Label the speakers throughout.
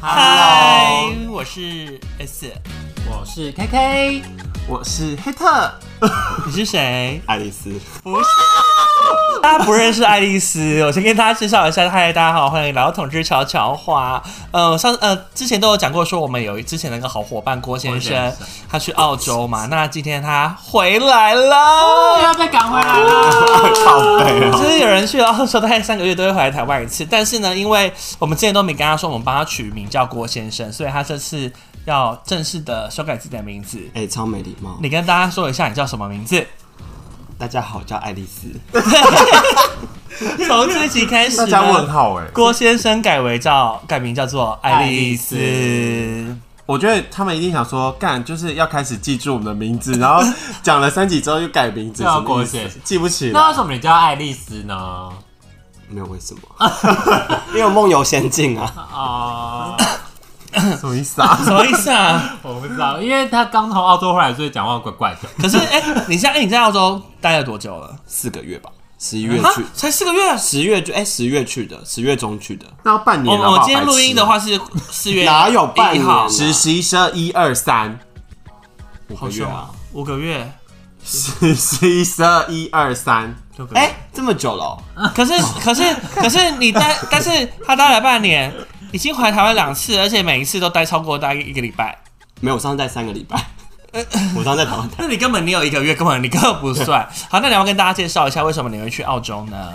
Speaker 1: 嗨
Speaker 2: Hello，，
Speaker 1: 我是 S，
Speaker 2: 我是 KK，我是黑特，
Speaker 3: 哦
Speaker 1: 你是谁？
Speaker 2: 爱丽丝。
Speaker 1: 不是，大家不认识爱丽丝，我先跟大家介绍一下。嗨，大家好，欢迎来到统治悄悄话。呃，上呃之前都有讲过，说我们有之前那个好伙伴郭先
Speaker 2: 郭
Speaker 1: 生
Speaker 2: 先生，
Speaker 1: 他去澳洲嘛，那今天他回来了。
Speaker 3: 不要被赶回来了。
Speaker 2: 靠背哦，
Speaker 1: 就是有人去澳洲大概三个月都会回来台湾一次，但是呢，因为我们之前都没跟他说我们帮他取名叫郭先生，所以他这次要正式的修改自己的名字。
Speaker 4: 哎、超没礼貌。
Speaker 1: 你跟大家说一下你叫什么名字？
Speaker 4: 大家好，我叫爱丽丝。
Speaker 1: 从这集开始
Speaker 2: 大
Speaker 1: 呢，
Speaker 2: 家问号哎、
Speaker 1: 郭先生改为叫改名叫做爱丽丝
Speaker 4: 爱。
Speaker 2: 我觉得他们一定想说，干就是要开始记住我们的名字，然后讲了三集之后又改名字，
Speaker 3: 叫
Speaker 2: 什么意
Speaker 3: 郭
Speaker 2: 思
Speaker 3: 先生
Speaker 2: 记不起
Speaker 3: 那
Speaker 2: 来。
Speaker 3: 为什么你叫爱丽丝呢？
Speaker 4: 没有为什么， 因为我梦游仙境啊。
Speaker 3: 啊、
Speaker 2: 什么意思啊？
Speaker 1: 什么意思 啊？
Speaker 3: 我不知道，因为他刚从澳洲回来，所以讲话怪怪的。
Speaker 1: 可是哎、你现在、哎你在澳洲待了多久了？
Speaker 4: 四个月吧，十一月
Speaker 1: 啊
Speaker 4: 去，，
Speaker 1: 才四个月。
Speaker 4: 十月就哎、十月去的，十月中去的。
Speaker 2: 那要半
Speaker 1: 我
Speaker 2: 年了吧？
Speaker 1: 哦我今天
Speaker 2: 白痴
Speaker 1: 录音的，话是四月
Speaker 4: 哪有半
Speaker 1: 一
Speaker 4: 年
Speaker 1: 号
Speaker 4: 啊？
Speaker 2: 实习十二一二三，
Speaker 4: 五
Speaker 1: 好
Speaker 4: 个月
Speaker 1: 凶
Speaker 4: 啊
Speaker 1: 啊！，五个月。
Speaker 2: 实习十二一二三，
Speaker 1: 六个月
Speaker 4: 哎、这么久了哦、
Speaker 1: 可是可是可是你待，但是他待了半年，已经回台湾两次，而且每一次都待超过大概一个礼拜。
Speaker 4: 没有，我上次在三个礼拜， 我上次在台湾。
Speaker 1: 那你根本你有一个月，根本你根本不算。 好，那你要跟大家介绍一下为什么你会去澳洲呢？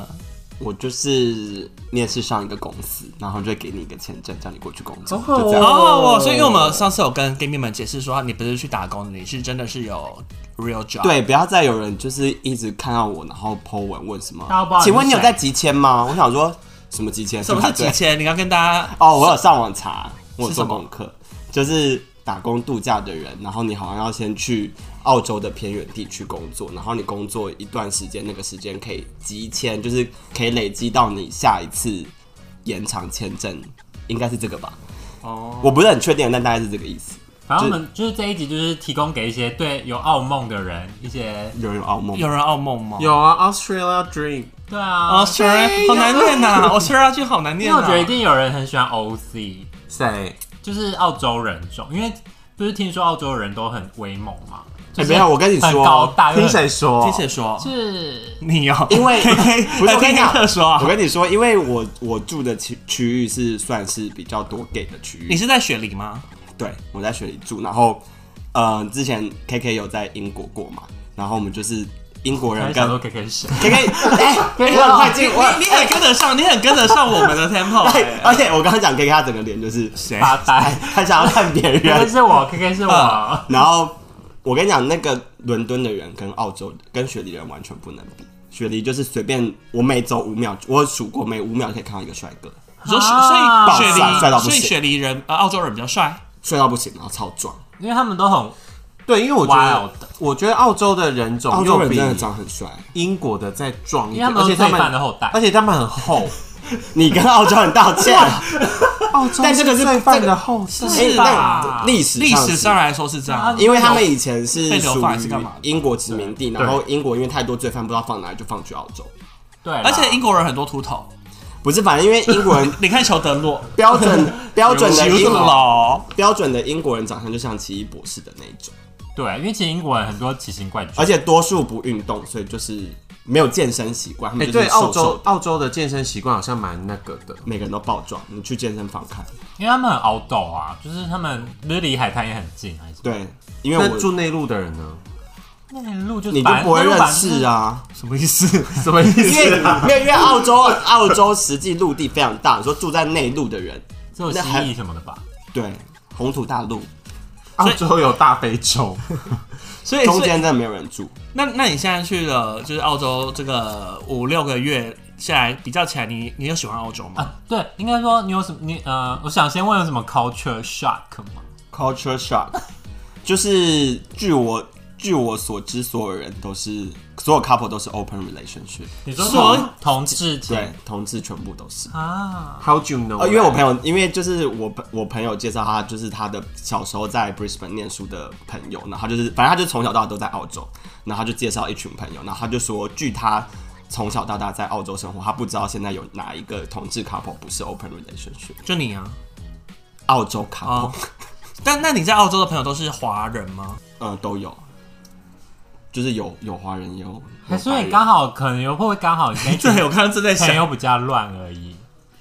Speaker 4: 我就是面试上一个公司，然后就给你一个签证，叫你过去工作。
Speaker 2: 哦
Speaker 4: 就这样。
Speaker 1: 哦，所以因为我们上次有跟 g a m 们解释说，你不是去打工的，你是真的是有 real job。，
Speaker 4: 对，不要再有人就是一直看到我，然后 Po 文问什么
Speaker 3: 大家不知道你？是
Speaker 4: 请问你有
Speaker 3: 谁
Speaker 4: 在集签吗？我想说什么集签？啊
Speaker 1: 什么
Speaker 4: 去
Speaker 1: 是
Speaker 4: 排队
Speaker 1: 提前？你要跟大家
Speaker 4: 哦，我有上网查，我有
Speaker 1: 是什
Speaker 4: 做
Speaker 1: 么
Speaker 4: 功课，就是打工度假的人，然后你好像要先去澳洲的偏远地区工作，然后你工作一段时间，那个时间可以积签，就是可以累积到你下一次延长签证，应该是这个吧？
Speaker 1: 哦，
Speaker 4: 我不是很确定，但大概是这个意思。
Speaker 3: 反正我们就是这一集，就是提供给一些对有澳梦的人一些，
Speaker 4: 有人有澳梦，
Speaker 1: 有人澳梦吗？
Speaker 2: 有啊，Australia Dream，
Speaker 3: 对啊，
Speaker 1: 啊，虽然
Speaker 4: 哦
Speaker 1: 好难念呐，我虽然去好难
Speaker 3: 因
Speaker 1: 念
Speaker 3: 为
Speaker 1: 啊。
Speaker 3: 我觉得一定有人很喜欢 OZ，
Speaker 2: 谁？
Speaker 3: 就是澳洲人种，因为不是听说澳洲人都很威猛嘛，就
Speaker 4: 哎
Speaker 3: 是
Speaker 4: 没有，我跟你
Speaker 3: 很高
Speaker 4: 说，
Speaker 3: 大，又
Speaker 2: 听
Speaker 3: 很
Speaker 2: 谁说？
Speaker 1: 听谁说？
Speaker 3: 是
Speaker 1: 你哦，
Speaker 4: 因 为不是我跟你讲
Speaker 1: 特说
Speaker 4: 我
Speaker 1: 啊，
Speaker 4: 跟你说，因为我我住的区区域是算是比较多 gay 的区域，
Speaker 1: 你是在雪梨吗？
Speaker 4: 对，我在雪梨住，然后，呃，之前 K K 有在英国过嘛，然后我们就是英国
Speaker 3: 还
Speaker 4: 人
Speaker 3: 是想说
Speaker 4: 跟
Speaker 3: K K 是谁
Speaker 4: K K，哎，我很快进，我
Speaker 1: 你你很跟得上，你很跟得上我们 的 tempo
Speaker 4: 哦哎
Speaker 1: 哎。
Speaker 4: 而且我刚刚讲 K K 他整个脸就是，哎
Speaker 1: 谁
Speaker 3: 发呆。
Speaker 4: 他想要看别
Speaker 3: K K
Speaker 4: 人，
Speaker 3: 是我，K K 是我，
Speaker 4: 然后我跟你讲，那个伦敦的人跟澳洲跟雪梨人完全不能比，雪梨就是随便我每走五秒，我有数过每五秒可以看到一个帅哥，
Speaker 1: 你说
Speaker 3: 啊
Speaker 1: 所以雪
Speaker 4: 爆帅帅到
Speaker 1: 梨，
Speaker 4: 不
Speaker 1: 所
Speaker 4: 行
Speaker 1: 以雪梨人呃澳洲人比较帅。
Speaker 4: 帅到不行，然后超壮，
Speaker 3: 因为他们都很
Speaker 2: 对，因为我觉
Speaker 3: Wild
Speaker 2: 得，我觉得澳洲的人种
Speaker 4: 澳洲
Speaker 2: 又
Speaker 4: 人
Speaker 2: 比
Speaker 4: 真的长很帅，
Speaker 2: 英国的再壮一
Speaker 3: 因为
Speaker 2: 点，
Speaker 3: 他们
Speaker 2: 而
Speaker 3: 都
Speaker 2: 且
Speaker 3: 是
Speaker 2: 他
Speaker 3: 罪犯的
Speaker 2: 们，
Speaker 3: 后代
Speaker 2: 而。且他们很厚。
Speaker 4: 你跟澳洲人道歉，
Speaker 2: 澳洲
Speaker 4: 但这个是
Speaker 2: 罪犯的后代。
Speaker 1: 是吧
Speaker 4: 哎那历史
Speaker 1: 历史
Speaker 4: 是
Speaker 1: 上来说是这样，
Speaker 4: 啊因为他们以前是
Speaker 1: 被流
Speaker 4: 属
Speaker 1: 放还是干嘛
Speaker 4: 于
Speaker 1: 的
Speaker 4: 英国殖民地，然后英国因为太多罪犯，不知道放哪里就放去澳洲。
Speaker 3: 对
Speaker 4: 啊
Speaker 3: 啦，
Speaker 1: 而且英国人很多秃头。
Speaker 4: 不是，反正因为英国人
Speaker 1: 你看裘德洛，
Speaker 4: 标 准标准的英
Speaker 1: 裘德
Speaker 4: 国
Speaker 1: 洛，
Speaker 4: 标准的英国人长相就像奇异博士的那一种，
Speaker 3: 对，因为其实英国人很多奇形怪状
Speaker 4: 而，且多数不运动，所以就是没有健身习惯，
Speaker 2: 哎、
Speaker 4: 他们就
Speaker 2: 对，
Speaker 4: 是
Speaker 2: 澳
Speaker 4: 瘦瘦
Speaker 2: 洲
Speaker 4: 的，
Speaker 2: 澳洲的健身习惯好像蛮那个的。
Speaker 4: 每个人都暴壮。你去健身房看，
Speaker 3: 因为他们很凹斗啊，就是他们不是离海滩也很近还是？
Speaker 4: 对，因为
Speaker 2: 那
Speaker 4: 我
Speaker 2: 住内陆的人呢？
Speaker 3: 那路就
Speaker 4: 你就不会认识，啊，
Speaker 1: 什么意思？
Speaker 2: 什么意
Speaker 4: 因为
Speaker 2: 思、啊？
Speaker 4: 因为因为澳洲澳洲实际陆地非常大，你说住在内陆的人，
Speaker 3: 只有蜥蜴什么的吧？
Speaker 4: 对，红土大陆
Speaker 2: 澳洲有大非洲，
Speaker 1: 哎所以，
Speaker 4: 中
Speaker 1: 所以
Speaker 4: 间真的没有人住。
Speaker 1: 那那你现在去了就是澳洲这个五六个月下来比较起来，你你有喜欢澳洲吗？
Speaker 3: 啊，对，应该说你有什么？你呃，我想先问有什么 culture shock 吗？
Speaker 4: culture shock，就是据我据我所知，所有人都是所有 couple 都是 open relationship，
Speaker 3: 你说
Speaker 1: 所
Speaker 3: 同同志情
Speaker 4: 对，同志全部都是。
Speaker 3: 啊，
Speaker 2: How do you know？、
Speaker 4: 呃，因为我朋友，因为就是我我朋友介绍他，就是他的小时候在 Brisbane 念书的朋友，然后他就是反正他就从小到大都在澳洲，然后他就介绍一群朋友，然后他就说，据他从小到大在澳洲生活，他不知道现在有哪一个同志 couple 不是 open relationship，
Speaker 1: 就你啊，
Speaker 4: 澳洲 couple，、
Speaker 1: 哦， 但那你在澳洲的朋友都是华人吗？
Speaker 4: 呃，都有，就是有有华人，也有有
Speaker 3: 所
Speaker 4: 白
Speaker 3: 以
Speaker 4: 人
Speaker 3: 刚好可能又会刚好那 群
Speaker 1: 对，我刚刚正在
Speaker 3: 朋
Speaker 1: 想，
Speaker 3: 友比较乱而已，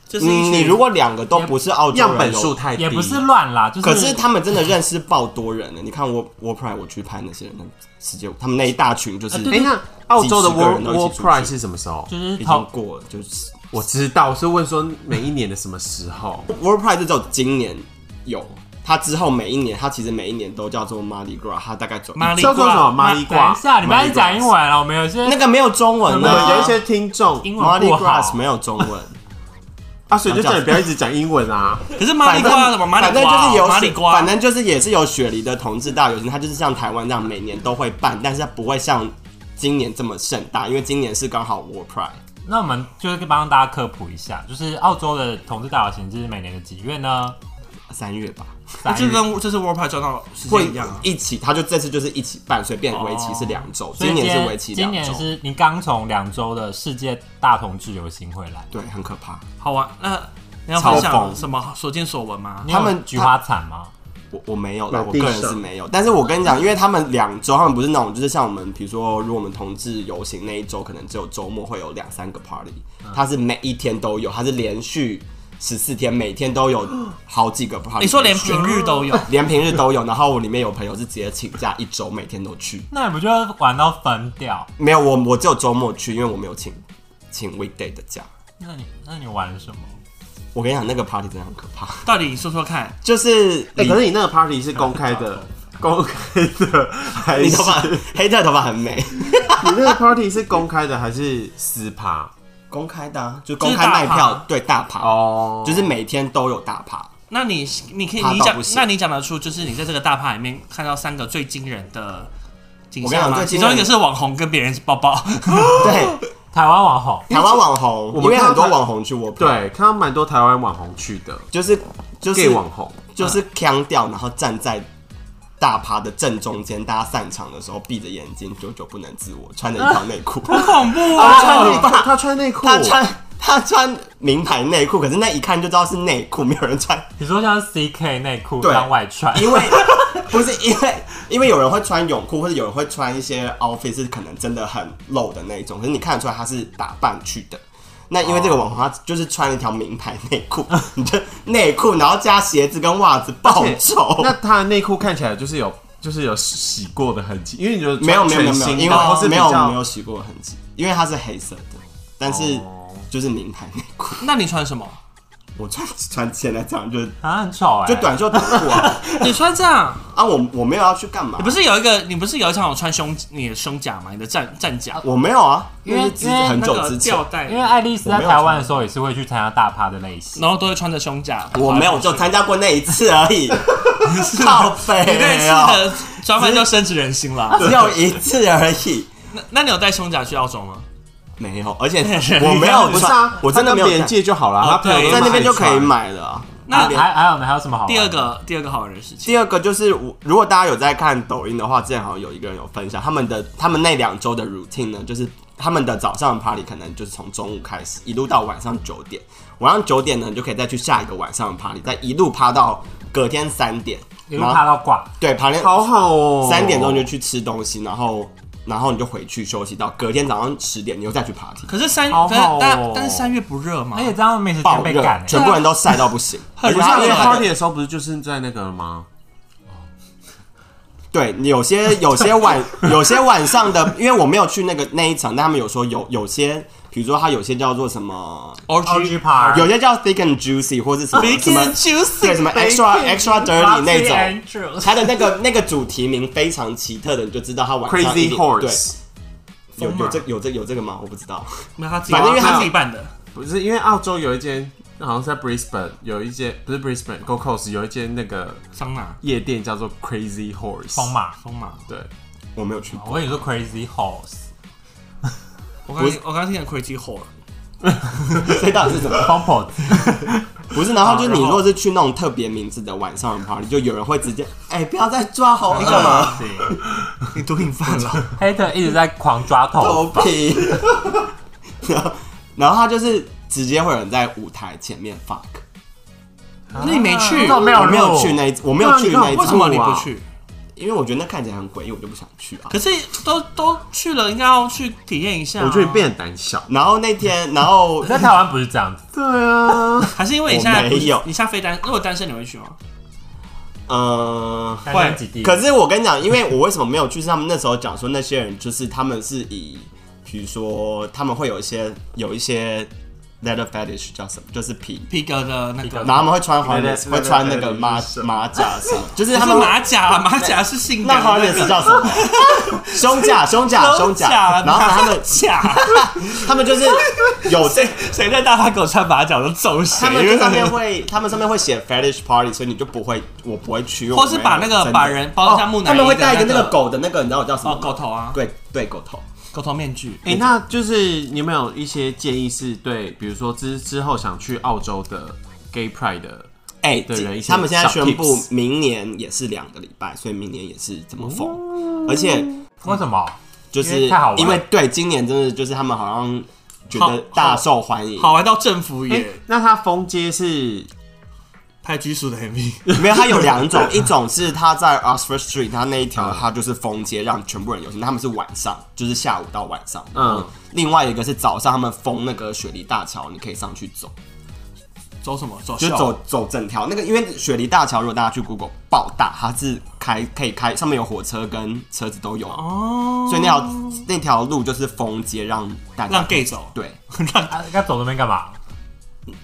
Speaker 1: 就是一
Speaker 4: 嗯，
Speaker 1: 群
Speaker 4: 你如果两个都不是澳洲人
Speaker 2: 样本数
Speaker 4: 有
Speaker 2: 太低，
Speaker 3: 也不是乱啦，就是
Speaker 4: 可是他们真的认识爆多人了。你看我我 pride 我去拍那些人，那世界他们那一大群就是
Speaker 3: 啊
Speaker 2: 哎、
Speaker 3: 对
Speaker 2: 那澳洲的
Speaker 4: 几十个
Speaker 2: World
Speaker 4: 人都一起
Speaker 2: World
Speaker 4: 出去
Speaker 2: Pride 是什么时候？
Speaker 3: 就是
Speaker 4: 已经
Speaker 3: 同
Speaker 4: 过了，就是
Speaker 2: 我知道，是问说每一年的什么时候？
Speaker 4: World Pride 就只有今年有，它之后每一年，它其实每一年都叫做 Mardi Gras，它大概准
Speaker 1: 马里
Speaker 2: 叫做什么
Speaker 1: 瓜，
Speaker 2: 马里
Speaker 3: 等一
Speaker 2: 挂？
Speaker 3: 下，你们还讲英文啊？我们有些
Speaker 4: 那个没有中文
Speaker 2: 我
Speaker 4: 呢、
Speaker 2: 们
Speaker 4: 啊，
Speaker 2: 有一些听众
Speaker 3: 英文
Speaker 4: Mardi
Speaker 3: 不好
Speaker 4: Gras 没有中文，
Speaker 2: 啊，所以就叫你不要一直讲英文啊。
Speaker 1: 可是马里瓜什么马
Speaker 4: 反
Speaker 1: 里
Speaker 4: 正
Speaker 1: 瓜
Speaker 4: 就是
Speaker 1: 哦，
Speaker 4: 有
Speaker 1: 马里瓜，
Speaker 4: 反正就是也是有雪梨的同志大游行，它就是像台湾这样每年都会办，但是它不会像今年这么盛大，因为今年是刚好 World Pride。
Speaker 3: 那我们就是帮大家科普一下，就是澳洲的同志大游行，就是每年的几月呢？
Speaker 4: 三月吧，
Speaker 3: 三
Speaker 1: 就
Speaker 3: 月。
Speaker 1: 跟就是 World Pride 撞到时
Speaker 4: 会
Speaker 1: 间一样啊。哦
Speaker 4: 一起，他就这次就是一起办，所以变为期是两周，
Speaker 3: 所以
Speaker 4: 今年是为期
Speaker 3: 今
Speaker 4: 两
Speaker 3: 年
Speaker 4: 周，
Speaker 3: 是你刚从两周的世界大同志游行回来，
Speaker 4: 对，很可怕。
Speaker 1: 好玩，那你要分
Speaker 4: 嘲讽
Speaker 1: 享什么所见所闻吗？
Speaker 3: 你有
Speaker 4: 他们
Speaker 3: 菊花惨吗？
Speaker 4: 我我没有啦，
Speaker 2: 满
Speaker 4: 我
Speaker 2: 地
Speaker 4: 个人
Speaker 2: 上
Speaker 4: 是没有。但是我跟你讲，因为他们两周，他们不是那种，就是像我们，比如说，如果我们同志游行那一周，可能只有周末会有两三个 party，他
Speaker 1: 嗯
Speaker 4: 是每一天都有，他是连续十四天，每天都有好几个 party。
Speaker 1: 你说连平日都 有，
Speaker 4: 连平日都有，然后我里面有朋友是直接请假一周，每天都去。
Speaker 3: 那你不就玩到疯掉？
Speaker 4: 没有我，我只有周末去，因为我没有请请 weekday 的假。
Speaker 3: 那你那你玩什么？
Speaker 4: 我跟你讲，那个 party 真的很可怕，
Speaker 1: 到底说说看，
Speaker 4: 就是
Speaker 2: 哎、
Speaker 4: 你
Speaker 2: 可是你那个 party 是公开的，公开的还
Speaker 4: 你
Speaker 2: 是
Speaker 4: 头发黑色头发很美，
Speaker 2: 你那个 party 是公开的还是私趴？
Speaker 4: 公开的、啊，就
Speaker 1: 就
Speaker 4: 公
Speaker 1: 是
Speaker 4: 开
Speaker 1: 大
Speaker 4: 卖
Speaker 1: 趴
Speaker 4: 票，对大趴，
Speaker 2: 哦，
Speaker 4: 就是每天都有大趴。
Speaker 1: 那你你可以
Speaker 4: 怕到
Speaker 1: 你讲
Speaker 4: 不，行
Speaker 1: 那你讲得出就是你在这个大趴里面看到三个最惊人的景
Speaker 4: 我跟你
Speaker 1: 象
Speaker 4: 讲
Speaker 1: 吗？
Speaker 4: 最
Speaker 1: 其
Speaker 4: 惊
Speaker 1: 中
Speaker 4: 人
Speaker 1: 一个是网红跟别人抱 抱，
Speaker 4: 对，
Speaker 3: 台湾网红
Speaker 4: 台湾网红，
Speaker 2: 我们
Speaker 4: 因为
Speaker 2: 看到
Speaker 4: 很多
Speaker 2: 台
Speaker 4: 网红去我，，
Speaker 2: 对，看到蛮多台湾网红去的、
Speaker 4: 就是就是
Speaker 2: gay 网红，
Speaker 4: 就是腔调，然后站在大趴的正中间，大家散场的时候闭着眼睛，久久不能自我，穿着一条内 裤，
Speaker 1: 恐怖
Speaker 2: 他
Speaker 1: 啊！
Speaker 2: 穿内裤，他穿内裤，
Speaker 4: 他穿他穿名牌内裤，可是那一看就知道是内裤，没有人穿
Speaker 3: 你说像 CK 内裤
Speaker 4: 对
Speaker 3: 当外穿，
Speaker 4: 因为 不是因为，因为有人会穿泳裤，或者有人会穿一些 outfit 是可能真的很露的那一种，可是你看得出来他是打扮去的。那因为这个网红他就是穿了一条名牌内裤，你就内裤，然后加鞋子跟袜子，爆丑。
Speaker 2: 那他的内裤看起来就是有就是有洗过的痕迹，因为你觉得
Speaker 4: 没有没有没有
Speaker 2: 全
Speaker 4: 没有，
Speaker 2: 新的
Speaker 4: 因
Speaker 2: 或
Speaker 4: 为
Speaker 2: 是
Speaker 4: 没有
Speaker 2: 比较
Speaker 4: 没有洗过的痕迹，因为它是黑色的，但是就是名牌内裤。
Speaker 1: 那你穿什么？
Speaker 4: 我穿穿现在这样就是
Speaker 3: 啊很丑哎、
Speaker 4: 就短袖短裤啊
Speaker 1: 你穿这样，
Speaker 4: 啊，我我没有要去干嘛
Speaker 1: 你不，是有一个你不是有一场有穿胸你的胸甲吗？你的战战甲，
Speaker 4: 我没有啊，
Speaker 3: 因为
Speaker 4: 那是之
Speaker 3: 因为
Speaker 4: 很
Speaker 1: 那
Speaker 4: 久
Speaker 1: 个
Speaker 4: 之前
Speaker 1: 吊带，
Speaker 3: 因为爱丽丝在台湾的时候也是会去参加大趴的类型，
Speaker 1: 然后都会穿着胸甲。
Speaker 4: 我没有，就参加过那一次而 已，靠背
Speaker 1: 你那次
Speaker 4: 哦，
Speaker 1: 的装扮就深植人心啦。
Speaker 4: 只有一次而已，
Speaker 1: 那那你有带胸甲去澳洲吗？
Speaker 4: 没有， 而且我没有
Speaker 2: 不是
Speaker 4: 穿
Speaker 2: 啊，，
Speaker 4: 我真的没有
Speaker 2: 他
Speaker 4: 哦
Speaker 2: 跟别人
Speaker 4: 在
Speaker 2: 借就好了，他朋友
Speaker 1: 对
Speaker 2: 都
Speaker 4: 在那
Speaker 2: 买
Speaker 4: 边就可以
Speaker 2: 穿。
Speaker 4: 买了啊。
Speaker 1: 那
Speaker 4: 边
Speaker 3: 还还有呢？还有什么好玩的？
Speaker 1: 第二个第二个好玩的事情，
Speaker 4: 第二个就是我，如果大家有在看抖音的话，之前好像有一个人有分享他们的他们那两周的 routine 呢，就是他们的早上的 party 可能就是从中午开始，一路到晚上九点，晚上九点呢你就可以再去下一个晚上的 party，再一路趴到隔天三点，
Speaker 3: 一路趴到挂，
Speaker 4: 对，爬天
Speaker 2: 好好哦，
Speaker 4: 三点钟就去吃东西，然后然后你就回去休息到隔天早上十点，你又再去 party，
Speaker 1: 可是三
Speaker 3: 好
Speaker 1: 可是
Speaker 3: 好哦
Speaker 1: 但但是三月不热吗
Speaker 4: 哎
Speaker 3: 而？且这样没时
Speaker 4: 爆
Speaker 3: 间被
Speaker 4: 热
Speaker 3: 赶、，欸，
Speaker 4: 全部人都晒到不行。
Speaker 1: 很
Speaker 4: 而且
Speaker 2: 不是
Speaker 4: 他
Speaker 1: 热
Speaker 2: 啊
Speaker 4: 们
Speaker 2: 因为
Speaker 1: 欸
Speaker 4: 还
Speaker 2: party 的时候不是就是在那个了吗？
Speaker 4: 对，有些有些晚 有些晚上的，因为我没有去那个那一场，但他们有说有有些，比如说他有些叫做什么，
Speaker 3: OG
Speaker 2: 啊
Speaker 3: 趴
Speaker 4: 有些叫 thick and juicy 或是什么什
Speaker 1: Big
Speaker 4: 么
Speaker 1: and，juicy，
Speaker 4: 对什么 extra extra dirty 那种。
Speaker 3: 种
Speaker 4: 他的那个那个主题名非常奇特的，你就知道他晚上
Speaker 2: Crazy
Speaker 4: 一定
Speaker 2: Horse，
Speaker 4: 对有有这有这有这个吗？我不知道。
Speaker 1: 没有他自己，
Speaker 4: 反正因为他
Speaker 1: 他自己办的。
Speaker 2: 不是因为澳洲有一间，好像是在 Brisbane 有一间，不是 Brisbane Gold Coast 有一间那个
Speaker 1: 桑拿、
Speaker 2: 夜店叫做 Crazy Horse，
Speaker 3: 风马。
Speaker 1: 风马，
Speaker 2: 对，
Speaker 4: 我没有去过，
Speaker 3: 我跟你说 Crazy Horse，
Speaker 1: 我刚我刚听见 Crazy Horse，
Speaker 4: 所以到底是怎么？
Speaker 3: 疯婆子，
Speaker 4: 不是，然后就是
Speaker 1: 然
Speaker 4: 你
Speaker 1: 后
Speaker 4: 如果是去那种特别名字的晚上的 party，就有人会直接，哎、不要再抓好那个嘛，
Speaker 1: 你毒瘾犯了。
Speaker 3: 黑特一直在狂抓头，
Speaker 4: 头皮。然后然后他就是直接会有人在舞台前面 fuck。
Speaker 1: 那你没去，
Speaker 3: 那我没有
Speaker 4: 我没有
Speaker 3: 录
Speaker 4: 去那一，我没有去那
Speaker 1: 为
Speaker 2: 为
Speaker 4: 一
Speaker 2: 什
Speaker 1: 什
Speaker 4: 场，
Speaker 1: 么
Speaker 2: 么你
Speaker 1: 你
Speaker 2: 不
Speaker 1: 不
Speaker 2: 去
Speaker 1: 去？
Speaker 4: 因为我觉得那看起来很诡异，我就不想去啊。
Speaker 1: 可是都都去了，应该要去体验一下、啊
Speaker 2: 我觉得你，变得胆小。
Speaker 4: 然后那天，然后
Speaker 3: 在台湾不是这样子，
Speaker 2: 对啊，
Speaker 1: 还是因为你
Speaker 4: 我
Speaker 1: 现在不
Speaker 4: 没
Speaker 1: 是
Speaker 4: 有
Speaker 1: 你现在非单，如果单身你会去吗？
Speaker 4: 呃，
Speaker 3: 单身几地，
Speaker 4: 可是我跟你讲，因为我为什么没有去？是他们那时候讲说，那些人就是他们是以，比如说他们会有一些有一些 leather fetish 叫什么，就是皮，
Speaker 1: 皮革的那
Speaker 3: 皮
Speaker 1: 个
Speaker 3: 革
Speaker 4: 然后他们会穿 harness，
Speaker 2: leather-
Speaker 4: 会穿那个
Speaker 2: leather
Speaker 4: 马
Speaker 2: fetish 是
Speaker 4: 马甲什么，就是
Speaker 1: 不
Speaker 4: 他
Speaker 1: 是
Speaker 4: 们
Speaker 1: 马甲啦，马甲是性
Speaker 4: 那
Speaker 1: 感的那
Speaker 4: harness
Speaker 1: 个
Speaker 4: 叫什么？胸甲，胸甲，胸甲。然后他们
Speaker 1: 甲，
Speaker 4: 他们就是有这。
Speaker 1: 谁在大发狗穿马甲我就揍谁
Speaker 4: 他。们这上面会，他们上面会写 fetish party，所以你就不会，我不会去，因为我
Speaker 1: 或是把那
Speaker 4: 没有
Speaker 1: 个
Speaker 4: 真的
Speaker 1: 把人包得像木乃伊的
Speaker 4: 他们会戴一个那
Speaker 1: 那
Speaker 4: 个
Speaker 1: 个
Speaker 4: 狗的那个，你知道我叫什么
Speaker 1: 哦，
Speaker 4: 吗？
Speaker 1: 狗头啊，
Speaker 4: 对对，狗头。
Speaker 1: 狗头面具。
Speaker 2: 哎、那就是你有没有一些建议是对，比如说之之后想去澳洲的 Gay Pride 的，
Speaker 4: 哎、
Speaker 2: 对人一些
Speaker 4: 他们现在
Speaker 2: 小
Speaker 4: 宣布
Speaker 2: tips
Speaker 4: 明年也是两个礼拜，所以明年也是这么疯，而且
Speaker 3: 为什么？啊
Speaker 4: 就是
Speaker 3: 因为太好玩了
Speaker 4: 因为对今年真的就是他们好像觉
Speaker 1: 好
Speaker 4: 得大受欢迎，
Speaker 1: 好玩到政府
Speaker 2: 哎、
Speaker 1: 也
Speaker 2: 那他封街是
Speaker 1: 拍拘束的 MV，
Speaker 4: 没有它有两种，一种是他在 Oxford Street，他那一条他就是封街，让全部人游行，他们是晚上，就是下午到晚上，
Speaker 2: 嗯
Speaker 4: 嗯，另外一个是早上他们封那个雪梨大桥，你可以上去走，
Speaker 1: 走什么？走
Speaker 4: 就
Speaker 1: 秀
Speaker 4: 走走整条那个，因为雪梨大桥如果大家去 Google 爆大，它是开可以开，上面有火车跟车子都有，
Speaker 1: 哦，
Speaker 4: 所以那条那条路就是封街，让大家
Speaker 1: 让 gay 走。
Speaker 4: 对。
Speaker 1: 让
Speaker 3: 啊要走那边干嘛？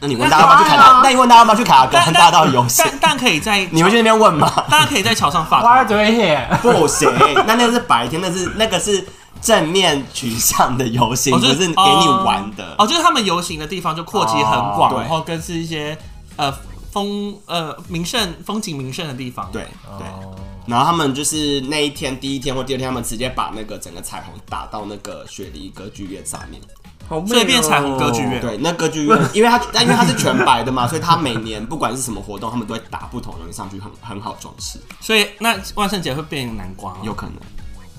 Speaker 4: 那你问大家要不要去卡达？那啊你问大家要不要去卡达格大道游行？
Speaker 1: 但但可以在
Speaker 4: 你会去那边问吗？
Speaker 1: 大家可以在桥上
Speaker 4: 啊
Speaker 1: 发
Speaker 3: 哇，嘴脸，
Speaker 4: 不行，那那个是白天，那是那个是正面取向的游 行，
Speaker 1: 哦
Speaker 4: 不
Speaker 1: 就是
Speaker 4: 是给你玩的。
Speaker 1: 哦，就是他们游行的地方就扩及很广，
Speaker 4: 哦对
Speaker 1: 然后跟是一些呃风呃名胜风景名胜的地方。
Speaker 4: 对对。
Speaker 3: 哦
Speaker 4: 然后他们就是那一天第一天或第二天，他们直接把那个整个彩虹打到那个雪梨歌剧院上面。
Speaker 2: 好美
Speaker 1: 所以变彩虹歌剧院
Speaker 4: 哦对，那歌剧院，因为它 但因为它是全白的嘛，所以它每年不管是什么活动，他们都会打不同的东西上去，很很好装饰。
Speaker 1: 所以那万圣节会变南瓜吗。
Speaker 4: 有可能，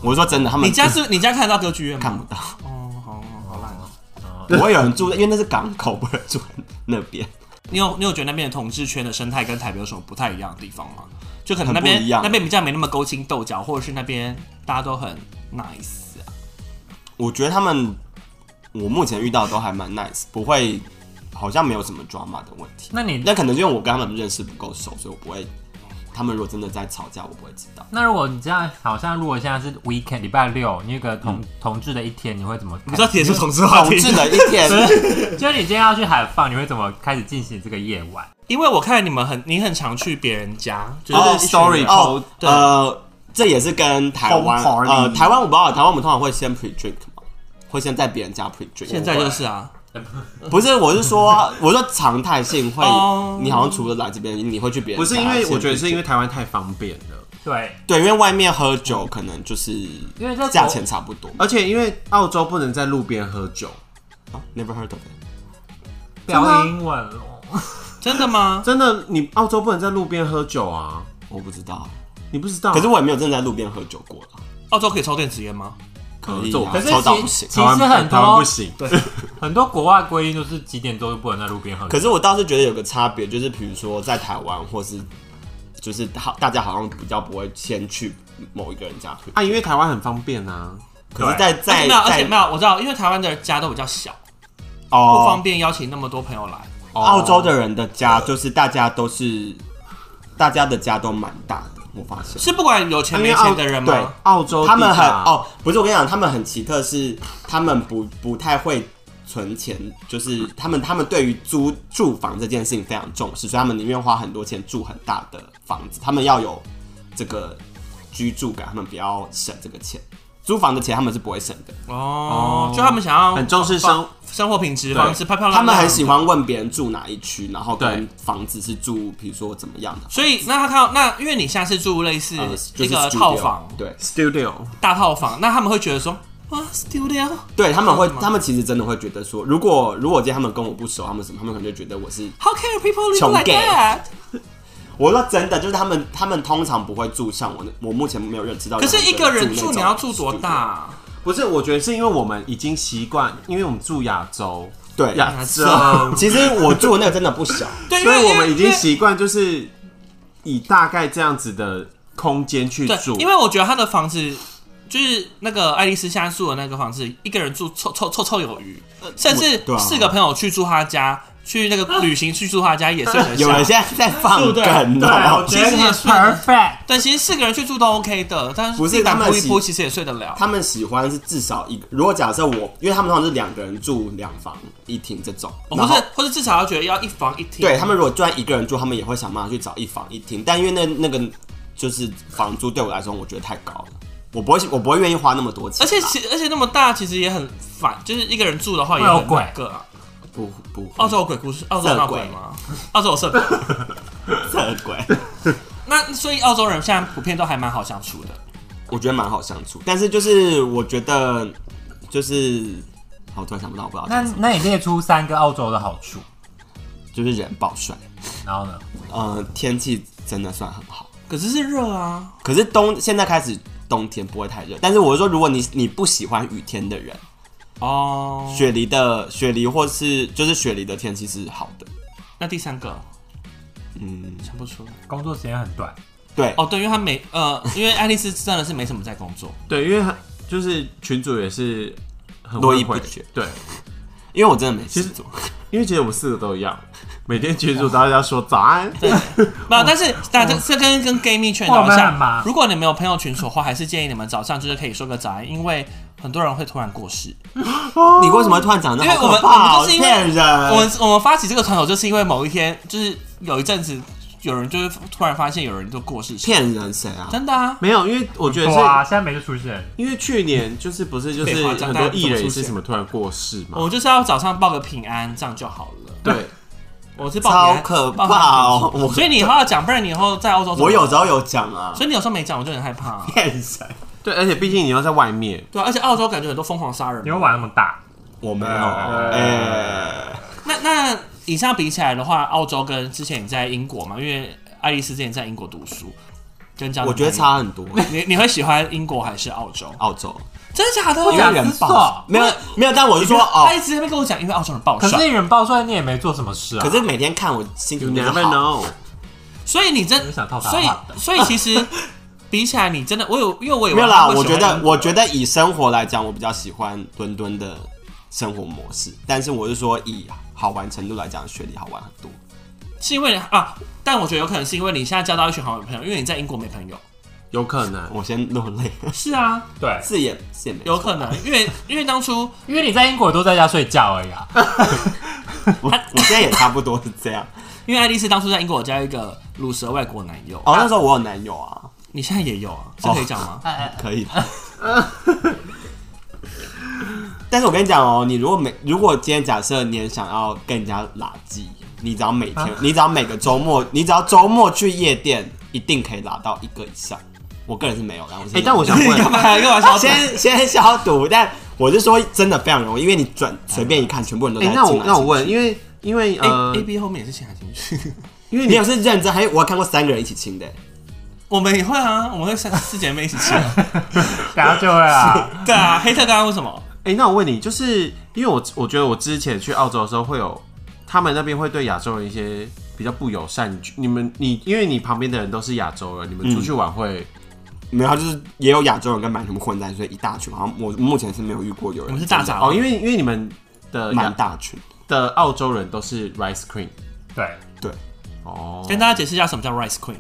Speaker 4: 我是说真的，他们
Speaker 1: 你家是你家看得到歌剧院吗？
Speaker 4: 看不到，
Speaker 1: 哦，好好烂哦。
Speaker 4: 不会有人住在，因为那是港口，不会有人住在那边。
Speaker 1: 你有你有觉得那边的统治圈的生态跟台北有什么不太一样的地方吗？就可能
Speaker 4: 很
Speaker 1: 那
Speaker 4: 不
Speaker 1: 边
Speaker 4: 一样
Speaker 1: 那边比较没那么勾心斗角，或者是那边大家都很 nice 啊。
Speaker 4: 我觉得他们，我目前遇到的都还蛮 nice，不会，好像没有什么 drama 的问题。
Speaker 3: 那你
Speaker 4: 那可能因为我跟他们认识不够熟，所以我不会。他们如果真的在吵架，我不会知 道。
Speaker 3: 那如果你这样，好像如果现在是 weekend 礼拜六，你有个同、
Speaker 4: 嗯
Speaker 3: 同志的一天，你会怎么看？
Speaker 1: 你知道铁是同志话
Speaker 4: 同
Speaker 1: 题，
Speaker 4: 志的一 天，
Speaker 3: 就是你今天要去海放，你会怎么开始进行这个夜晚？
Speaker 1: 因为我看你们很你很常去别人家，就
Speaker 2: 哦
Speaker 1: 是一群人
Speaker 2: story
Speaker 4: 哦，
Speaker 1: 对
Speaker 4: 呃，这也是跟台湾
Speaker 2: 疯狂
Speaker 4: 呃，
Speaker 2: 礼
Speaker 4: 台湾我不知道，台湾我们通常会先 pre drink 嘛，会先在别人家 pre drink。
Speaker 1: 现在就是啊，
Speaker 4: 不是，我是说，我说常态性会
Speaker 1: 哦，
Speaker 4: 你好像除了来这边，你会去别
Speaker 2: 不
Speaker 4: 人
Speaker 2: 是
Speaker 4: 家先 pre-drink。
Speaker 2: 因为我觉得是因为台湾太方便了，
Speaker 3: 对，
Speaker 4: 对，因为外面喝酒可能就是因
Speaker 3: 为在国
Speaker 4: 价钱差不多嘛。
Speaker 2: 而且因为澳洲不能在路边喝酒，
Speaker 3: 呃
Speaker 4: 啊 Never heard of it。啊
Speaker 3: 表英文咯。
Speaker 1: 真的吗？
Speaker 2: 真的，你澳洲不能在路边喝酒啊，
Speaker 4: 我不知道，
Speaker 2: 你不知
Speaker 3: 啊
Speaker 2: 道？啊
Speaker 4: 可是我也没有真的在路边喝酒过了。
Speaker 1: 澳洲可以抽电子烟吗？
Speaker 4: 可
Speaker 1: 嗯
Speaker 4: 以
Speaker 2: 这我
Speaker 4: 啊，
Speaker 2: 可
Speaker 3: 是
Speaker 4: 抽到
Speaker 3: 其
Speaker 4: 不行。
Speaker 3: 其实很
Speaker 2: 台湾不
Speaker 3: 多
Speaker 2: 行，
Speaker 3: 很多国外规定就是几点钟就不能在路边喝酒。
Speaker 4: 可是我倒是觉得有个差别，就是比如说在台湾或是。就是好，大家好像比较不会先去某一个人家 pre-drink，
Speaker 2: 啊，因为台湾很方便啊。
Speaker 4: 可是在，
Speaker 1: 而
Speaker 4: 在
Speaker 1: 且没有，而且
Speaker 4: 在
Speaker 1: 没有，我知道，因为台湾的家都比较小，不
Speaker 4: 哦
Speaker 1: 方，便邀请那么多朋友来。
Speaker 4: 澳洲的人的家就是大家都是，大家的家都蛮大的，我发现。
Speaker 1: 是不管有钱
Speaker 2: 因为
Speaker 1: 没
Speaker 2: 澳
Speaker 1: 钱的人
Speaker 4: 对
Speaker 1: 吗？
Speaker 2: 澳洲
Speaker 4: 他们
Speaker 2: 地啊
Speaker 4: 很
Speaker 2: 大
Speaker 4: 哦，不是我跟你讲，他们很奇特是，他们不不太会存钱，就是他们他们对于租住房这件事情非常重视，所以他们宁愿花很多钱住很大的房子，他们要有这个居住感，他们不要省这个钱。租房的钱他们是不会省的，
Speaker 1: 哦，就他们想要
Speaker 2: 很重视生
Speaker 1: 生生活品质，
Speaker 2: 对
Speaker 1: 房子漂漂亮
Speaker 4: 他
Speaker 1: 亮。
Speaker 4: 们很喜欢问别人住哪一区，然后跟
Speaker 2: 对
Speaker 4: 房子是住，比如说怎么样的，
Speaker 1: 所以那他看到那，因为你现在是住类似
Speaker 4: 呃，就
Speaker 1: 一
Speaker 4: 是
Speaker 1: 个
Speaker 4: studio，
Speaker 1: 套房、
Speaker 4: 对，
Speaker 2: studio，
Speaker 1: 大套房，那他们会觉得说啊哇 studio
Speaker 4: 对他们会
Speaker 1: 这样子，吗
Speaker 4: 他们其实真的会觉得说，如果如果今天他们跟我不熟，他们什么，他们可能就觉得我是，
Speaker 1: how can people live
Speaker 4: 穷
Speaker 1: like
Speaker 4: gay
Speaker 1: that？
Speaker 4: 我说真的，就是他们他们通常不会住像我那，我目前没有认知到。
Speaker 1: 可是一个人
Speaker 4: 住那
Speaker 1: 住
Speaker 4: 种
Speaker 1: 你要住多大？啊？
Speaker 2: 不是，我觉得是因为我们已经习惯，因为我们住亚洲，
Speaker 4: 对，
Speaker 2: 亚洲，
Speaker 4: 其实我住的那个真的不小，
Speaker 1: 对，因
Speaker 2: 所
Speaker 1: 为
Speaker 2: 以我们已
Speaker 1: 因
Speaker 2: 经
Speaker 1: 为
Speaker 2: 习惯就是以大概这样子的空间去
Speaker 1: 对，
Speaker 2: 住
Speaker 1: 因。为我觉得他的房子就是那个爱丽丝现在住的那个房子，一个人住臭臭臭臭有余，
Speaker 3: 呃
Speaker 1: 甚至
Speaker 4: 对啊
Speaker 1: 四个朋友去住他家，去那
Speaker 3: 啊
Speaker 1: 个旅行去住他家也睡得
Speaker 4: 有人
Speaker 1: 下。
Speaker 4: 现在在放梗
Speaker 2: 对
Speaker 4: 哦
Speaker 2: 我、
Speaker 1: 其实也睡得，
Speaker 3: perfect。
Speaker 1: 但其实四个人去住都 OK 的，但是
Speaker 4: 不是
Speaker 1: 自己打
Speaker 4: 他们
Speaker 1: 铺一
Speaker 4: 喜
Speaker 1: 铺，其实也睡得了。
Speaker 4: 他们喜欢是至少一个，如果假设我，因为他们通常是两个人住两房一厅这种，
Speaker 1: 哦
Speaker 4: 然
Speaker 1: 或
Speaker 4: 后
Speaker 1: 是或是至少要觉得要一房一厅。
Speaker 4: 对他们如果就算一个人住，他们也会想办法去找一房一厅，但因为那那个就是房租对我来说，我觉得太高了，我不会我不会愿意花那么多
Speaker 1: 而
Speaker 4: 钱啦，
Speaker 1: 且其而且那么大，其实也很烦，就是一个人住的话也
Speaker 3: 会有
Speaker 1: 很
Speaker 3: 鬼
Speaker 1: 那个啊。
Speaker 4: 不不
Speaker 1: 澳洲有鬼故事，澳洲有闹鬼
Speaker 4: 色鬼
Speaker 1: 吗？澳洲有色鬼。
Speaker 4: 色鬼，
Speaker 1: 那所以澳洲人现在普遍都还蛮好相处的。
Speaker 4: 我觉得蛮好相处，但是就是我觉得就是。好，我突然想不到，我不知道
Speaker 3: 那
Speaker 4: 讲什么，
Speaker 3: 那你列出三个澳洲的好处，
Speaker 4: 就是人爆帅，
Speaker 3: 然后呢？
Speaker 4: 呃，天气真的算很好，
Speaker 1: 可是是热啊，
Speaker 4: 可是冬现在开始冬天不会太热，但是我是说，如果你你不喜欢雨天的人，
Speaker 1: 哦。
Speaker 4: 雪梨的雪梨或是就是雪梨的天气是好的，
Speaker 1: 那第三个
Speaker 4: 嗯，
Speaker 1: 想不出来。
Speaker 3: 工作时间很短，
Speaker 4: 对，
Speaker 1: 哦，对，因为他没呃，因为爱丽丝真的是没什么在工作。
Speaker 2: 对，因为他就是群主也是很
Speaker 4: 络绎
Speaker 2: 会
Speaker 4: 不绝。
Speaker 2: 对，
Speaker 4: 因为我真的没事
Speaker 2: 其实
Speaker 4: 做，
Speaker 2: 因为其实我们四个都一样，每天群主大家说早 安，
Speaker 1: 那但是那这这跟跟 gay 蜜圈聊一
Speaker 3: 哇我们
Speaker 1: 下
Speaker 3: 很忙
Speaker 1: 如果你们有朋友群组的话，还是建议你们早上就是可以说个早安，因为很多人会突然过世。
Speaker 4: 你为什么突然讲那
Speaker 1: 哦因为
Speaker 4: 好
Speaker 1: 我们
Speaker 4: 可怕
Speaker 1: 我
Speaker 4: 哦
Speaker 1: 们就是因为
Speaker 4: 骗人？
Speaker 1: 我们我们发起这个传统，就是因为某一天就是有一阵子有人就是突然发现有人就过世，
Speaker 4: 骗人谁啊？
Speaker 1: 真的啊。
Speaker 2: 没有，因为我觉得是
Speaker 3: 哇，现在没得出现，
Speaker 2: 因为去年就是不是就是
Speaker 1: 废话
Speaker 2: 很
Speaker 1: 张大
Speaker 2: 多
Speaker 1: 家
Speaker 2: 艺人也
Speaker 1: 怎么出
Speaker 2: 是
Speaker 1: 现
Speaker 2: 什么突然过世
Speaker 1: 我
Speaker 2: 嘛？
Speaker 1: 们就是要早上报个平安，这样就好了。
Speaker 2: 对，
Speaker 1: 我是报平
Speaker 4: 超
Speaker 1: 安，
Speaker 4: 可怕哦！
Speaker 1: 报
Speaker 4: 我
Speaker 1: 所以你以后要讲，不然你以后在澳洲怎么
Speaker 4: 我有时候有讲啊，
Speaker 1: 所以你有时候没讲，我就很害怕、啊。
Speaker 4: 骗谁？
Speaker 2: 对，而且毕竟你要在外 面，
Speaker 1: 对、啊，而且澳洲感觉很多疯狂杀人
Speaker 3: 你会玩那么大？
Speaker 4: 我没有，
Speaker 2: 呃
Speaker 4: 哎，
Speaker 1: 那那以上比起来的话，澳洲跟之前你在英国嘛，因为爱丽丝之前在英国读书，跟交女
Speaker 4: 我觉得
Speaker 1: 朋友。
Speaker 4: 差很多。
Speaker 1: 你你会喜欢英国还是澳洲？
Speaker 4: 澳 洲
Speaker 1: 真的假的？
Speaker 4: 因为人
Speaker 3: 自
Speaker 4: 爆
Speaker 3: 爽，
Speaker 4: 没有没有，但我是说哦
Speaker 1: 他，一直在那边跟我讲，因为澳洲人爆
Speaker 3: 可是
Speaker 1: 帅，
Speaker 3: 你人爆出来，你也没做什么事啊。
Speaker 4: 可是每天看我心
Speaker 2: you
Speaker 4: 情就是
Speaker 2: never
Speaker 1: 哦
Speaker 4: 好。
Speaker 2: know。
Speaker 1: 所以你真
Speaker 3: 我想套他
Speaker 1: 所以
Speaker 3: 话的
Speaker 1: 所以其实比起来，你真的我有，因为我有
Speaker 4: 没有啦，我
Speaker 1: 喜
Speaker 4: 觉
Speaker 1: 欢
Speaker 4: 得
Speaker 1: 英国
Speaker 4: 我觉得以生活来讲，我比较喜欢伦敦的生活模式，但是我是说以好玩程度来讲，雪梨好玩很多。
Speaker 1: 是因为啊，但我觉得有可能是因为你现在交到一群好朋友，因为你在英国没朋友。
Speaker 2: 有可能，
Speaker 4: 我先落泪，
Speaker 1: 是啊，
Speaker 3: 对，
Speaker 4: 是也是也没
Speaker 1: 有可能，因为因为当初
Speaker 3: 因为你在英国都在家睡觉而已啊。
Speaker 4: 我我现在也差不多是这样。
Speaker 1: 因为爱丽丝当初在英国交一个乳蛇外国男友，
Speaker 4: 哦，那时候我有男友啊，
Speaker 1: 你现在也有啊，这可以讲吗？
Speaker 4: 可以的。但是我跟你讲哦，你如果每如果今天假设你也想要跟人家拉鸡，你只要每天，你只要每个周末，你只要周末去夜店，一定可以拉到一个以上。我个人是没有，然后我是
Speaker 2: 哎，但我想
Speaker 1: 你干
Speaker 2: 问，
Speaker 1: 嘛干嘛消
Speaker 4: 先先消毒，但我是说真的非常容易，因为你转随便一看，全部人都在
Speaker 2: 哎，
Speaker 4: 进来。
Speaker 2: 那我那我
Speaker 4: 进来，
Speaker 2: 问，因为因为
Speaker 1: A
Speaker 2: 呃
Speaker 1: A，B 后面也是陷海进去，
Speaker 2: 因为
Speaker 4: 你
Speaker 2: 你
Speaker 4: 有是认真，还有我看过三个人一起亲的，
Speaker 1: 我们也会啊，我们会三四姐妹一起吃啊。
Speaker 3: 等下就会啊。
Speaker 1: 对啊，黑特刚刚为什么？
Speaker 2: 哎，那我问你，就是因为我我觉得我之前去澳洲的时候会有，他们那边会对亚洲人一些比较不友善，你你们你因为你旁边的人都是亚洲人，你
Speaker 4: 嗯
Speaker 2: 们出去玩会
Speaker 4: 没有，他就是也有亚洲人跟满族混在，所以一大群。好像我目前是没有遇过有人
Speaker 1: 我们是大
Speaker 4: 真的
Speaker 1: 杂
Speaker 2: 哦，因为因为你们的
Speaker 4: 蛮
Speaker 2: 亚
Speaker 4: 大群。
Speaker 2: 的澳洲人都是 rice cream
Speaker 3: 对，
Speaker 2: 哦，
Speaker 1: 跟大家解释一下什么叫 Rice Queen。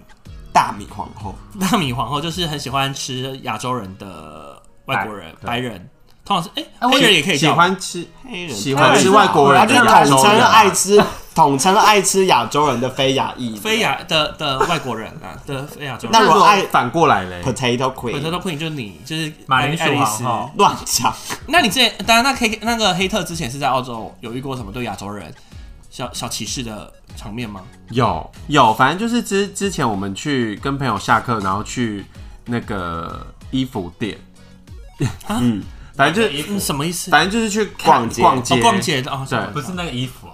Speaker 4: 大米皇后，
Speaker 1: 大米皇后就是很喜欢吃亚洲人的外国人、
Speaker 3: 白
Speaker 1: 白人，通常是哎
Speaker 3: 哎我
Speaker 1: 黑人也可以
Speaker 2: 喜
Speaker 1: 叫吧。
Speaker 2: 欢吃
Speaker 4: 黑人
Speaker 2: 喜欢吃外国
Speaker 4: 他
Speaker 2: 人
Speaker 4: 哎就
Speaker 2: 的
Speaker 4: 是
Speaker 2: 亚
Speaker 4: 统
Speaker 2: 洲
Speaker 4: 称
Speaker 2: 人啊，
Speaker 4: 爱吃，统称爱吃亚洲人的非亚裔。
Speaker 1: 非亚的的外国人啊， 的非亚洲
Speaker 4: 那
Speaker 1: 人。
Speaker 4: 如果爱
Speaker 2: 反过来嘞，
Speaker 4: potato
Speaker 1: 本身
Speaker 4: queen
Speaker 1: 都 queen 就是你，就是
Speaker 3: 马铃
Speaker 1: 爱
Speaker 3: 薯
Speaker 1: 丽
Speaker 3: 皇
Speaker 1: 丝。
Speaker 3: 后，
Speaker 4: 乱讲，
Speaker 1: 那你之前，当然那 K 那个黑特之前是在澳洲有遇过什么对亚洲人小小歧视的场面吗？
Speaker 2: 有有，反正就是之之前我们去跟朋友下课，然后去那个衣服店，嗯， 反正就是
Speaker 1: 嗯，什么意思？
Speaker 2: 反正就是去看
Speaker 4: 逛街
Speaker 2: 逛
Speaker 1: 哦
Speaker 2: 街
Speaker 1: 逛街的哦，
Speaker 2: 对
Speaker 1: 什么
Speaker 3: 不是那个衣服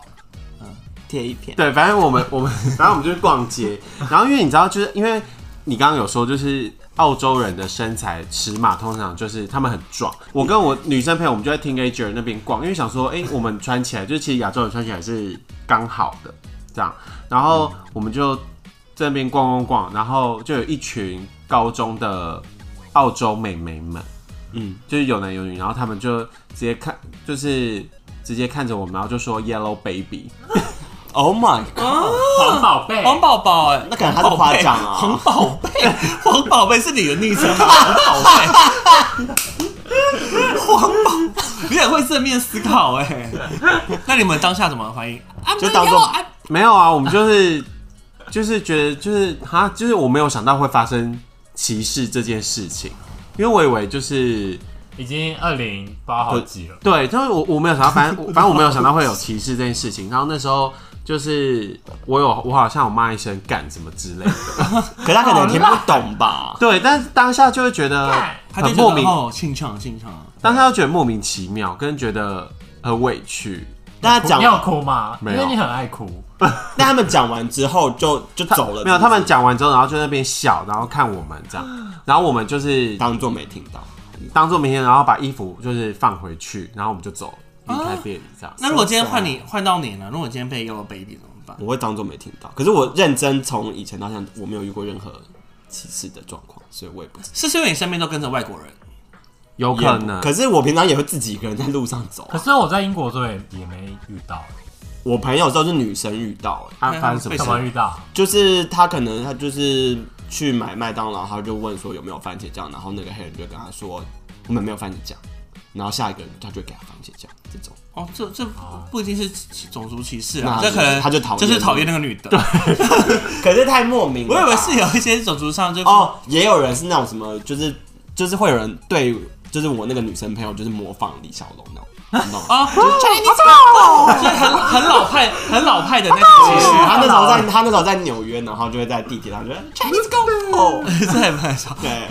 Speaker 3: 哦，
Speaker 4: 贴一片。
Speaker 2: 对，反正我们我们反正我们就是逛街，然后因为你知道，就是因为。你刚刚有说，就是澳洲人的身材尺码通常就是他们很壮。我跟我女生朋友，我们就在 Teenager 那边逛，因为想说，哎、我们穿起来，就是其实亚洲人穿起来是刚好的这样。然后我们就在那边逛逛逛，然后就有一群高中的澳洲美眉们，
Speaker 4: 嗯，
Speaker 2: 就是有男有女，然后他们就直接看，就是直接看着我们，然后就说 Yellow Baby。
Speaker 4: Oh my god！
Speaker 3: 黄宝贝，
Speaker 1: 黄宝宝哎，
Speaker 4: 那可能他是夸奖啊
Speaker 1: 黄宝贝，黄宝贝是你的昵称吗？黄宝贝，黄宝，你很会正面思考哎、那你们当下怎么反应？啊，
Speaker 4: 就当做
Speaker 1: 没有啊
Speaker 2: 没有啊，我们就是 就是觉得就是哈，就是我没有想到会发生歧视这件事情，因为我以为就是
Speaker 3: 已经二零八好几了，
Speaker 2: 对，就是我我没有想到，反正我反正我没有想到会有歧视这件事情。然后那时候就是我有我好像有骂一声干什么之类的，
Speaker 4: 可他可能听不懂吧？
Speaker 2: 对，但是当下就会觉得
Speaker 3: 干
Speaker 1: 他就
Speaker 2: 很
Speaker 1: 觉得
Speaker 2: 莫名，
Speaker 1: 哦，清唱清唱，
Speaker 2: 当下就觉得莫名其妙，跟觉得很委屈。
Speaker 4: 但他
Speaker 3: 你有
Speaker 4: 讲，
Speaker 3: 哭吗？因
Speaker 2: 没有
Speaker 3: 为你很爱哭，
Speaker 4: 但他们讲完之后就就
Speaker 2: 他
Speaker 4: 走了，
Speaker 2: 没有，他
Speaker 4: 是
Speaker 2: 们
Speaker 4: 不是
Speaker 2: 讲完之后，然后就在那边笑，然后看我们这样，然后我们就是
Speaker 4: 当做没听到。
Speaker 2: 当做明天，然后把衣服就是放回去，然后我们就走离开店里
Speaker 4: 哦
Speaker 2: 这样。
Speaker 1: 那如果今天换你换到你呢？如果今天被 Yellow Baby 怎么办？
Speaker 4: 我会当做没听到。可是我认真从以前到现在，我没有遇过任何歧视的状况，所以我也不知道。
Speaker 1: 是因为你身边都跟着外国人，
Speaker 2: 有可能，
Speaker 4: 可是我平常也会自己一个人在路上走啊、
Speaker 3: 可是我在英国的时候也也没遇到，
Speaker 4: 我朋友都是女生遇到、欸，
Speaker 2: 啊，发生什么
Speaker 1: 为
Speaker 3: 怎
Speaker 1: 什
Speaker 3: 么
Speaker 2: 事？
Speaker 3: 遇到？
Speaker 4: 就是她可能她就是去买麦当劳，她就问说有没有番茄酱，然后那个黑人就跟她说我们没有番茄酱，然后下一个人他就给她番茄酱这种。
Speaker 1: 哦，这这不一定是种族歧视啊，
Speaker 4: 那
Speaker 1: 这可能
Speaker 4: 他就讨
Speaker 1: 就
Speaker 4: 厌
Speaker 1: 是讨厌那个女的。对，
Speaker 4: 可是太莫名了
Speaker 1: 我
Speaker 4: 吧，
Speaker 1: 以为是有一些种族上就
Speaker 4: 哦，也有人是那种什么，就是就是会有人对，就是我那个女生朋友就是模仿李小龙那 种，你懂吗？
Speaker 1: 啊，就是
Speaker 4: 哦
Speaker 1: Chinese，就是很很老派、很老派的那种歧视
Speaker 4: 他那时候在，他那时候在纽约，然后就会在地铁上就 Chinese go go，
Speaker 1: 这还蛮少。
Speaker 4: 对。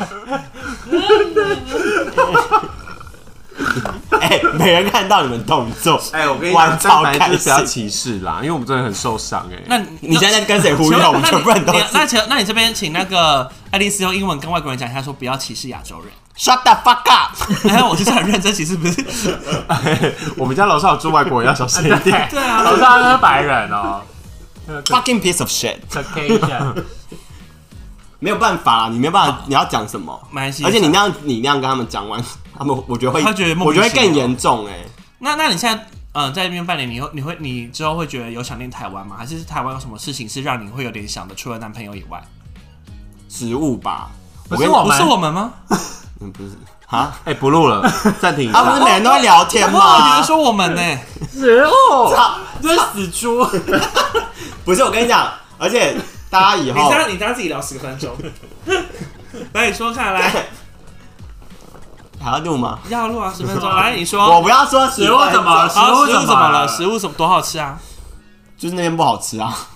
Speaker 4: 哎、没人看到你们动作。
Speaker 2: 哎、我 跟你
Speaker 4: 玩
Speaker 2: 讲，
Speaker 4: 超
Speaker 2: 蛋白
Speaker 4: 开
Speaker 2: 就是不要
Speaker 4: 心。
Speaker 2: 歧视啦，因为我们真的很受伤哎、
Speaker 1: 那
Speaker 4: 你现在在跟谁
Speaker 1: 请
Speaker 4: 互
Speaker 1: 问
Speaker 4: 动？我们
Speaker 1: 那
Speaker 4: 全部人
Speaker 1: 你
Speaker 4: 都
Speaker 1: 你
Speaker 4: 是
Speaker 1: 那请那你这边请那个爱丽丝用英文跟外国人讲一下，说不要歧视亚洲人。
Speaker 4: Shut the fuck up！
Speaker 1: 然后我就是很认真，其实不是。
Speaker 2: 我们家楼上有住外国人，要小心一 点。
Speaker 1: 对啊，
Speaker 3: 楼上那是白人哦
Speaker 4: Fucking piece of shit！
Speaker 3: ，Caucasian，
Speaker 4: 没有办法，你没有办法，你要讲什么？
Speaker 1: 马来西亚
Speaker 4: 而且你那样，你那样跟他们讲完，他们我觉得会，
Speaker 1: 他觉得莫名
Speaker 4: 我觉得会
Speaker 1: 其妙
Speaker 4: 更严重哎、
Speaker 1: 那那你现在呃在那边半年，你会你会你之后会觉得有想念台湾吗？还是台湾有什么事情是让你会有点想的？除了男朋友以外，
Speaker 4: 食物吧。
Speaker 3: 不
Speaker 4: 跟
Speaker 3: 是
Speaker 4: 你
Speaker 3: 我
Speaker 1: 不
Speaker 3: 们
Speaker 1: 是，我们吗？
Speaker 4: 嗯，不是啊，
Speaker 2: 哎、不录 了，暂停一
Speaker 4: 啊，不
Speaker 2: 下。
Speaker 4: 是每人都会聊天
Speaker 1: 哇，你
Speaker 4: 吗
Speaker 1: 们？说我们呢、
Speaker 4: 操
Speaker 3: 这是死猪，
Speaker 4: 不是，我跟你讲，而且大家以
Speaker 1: 你
Speaker 4: 后，
Speaker 1: 让你让自己聊十分钟， 来你说看 来
Speaker 4: 还要录吗？
Speaker 1: 要录啊，十分钟，来你
Speaker 4: 我
Speaker 1: 说。
Speaker 4: 不要说食
Speaker 3: 食物怎么
Speaker 4: 了
Speaker 3: 食
Speaker 1: 好，
Speaker 3: 物
Speaker 1: 食
Speaker 3: 怎
Speaker 1: 物怎么
Speaker 3: 么
Speaker 1: 了？
Speaker 3: 了
Speaker 1: 食物怎么多好吃啊？
Speaker 4: 就是那边不好吃啊。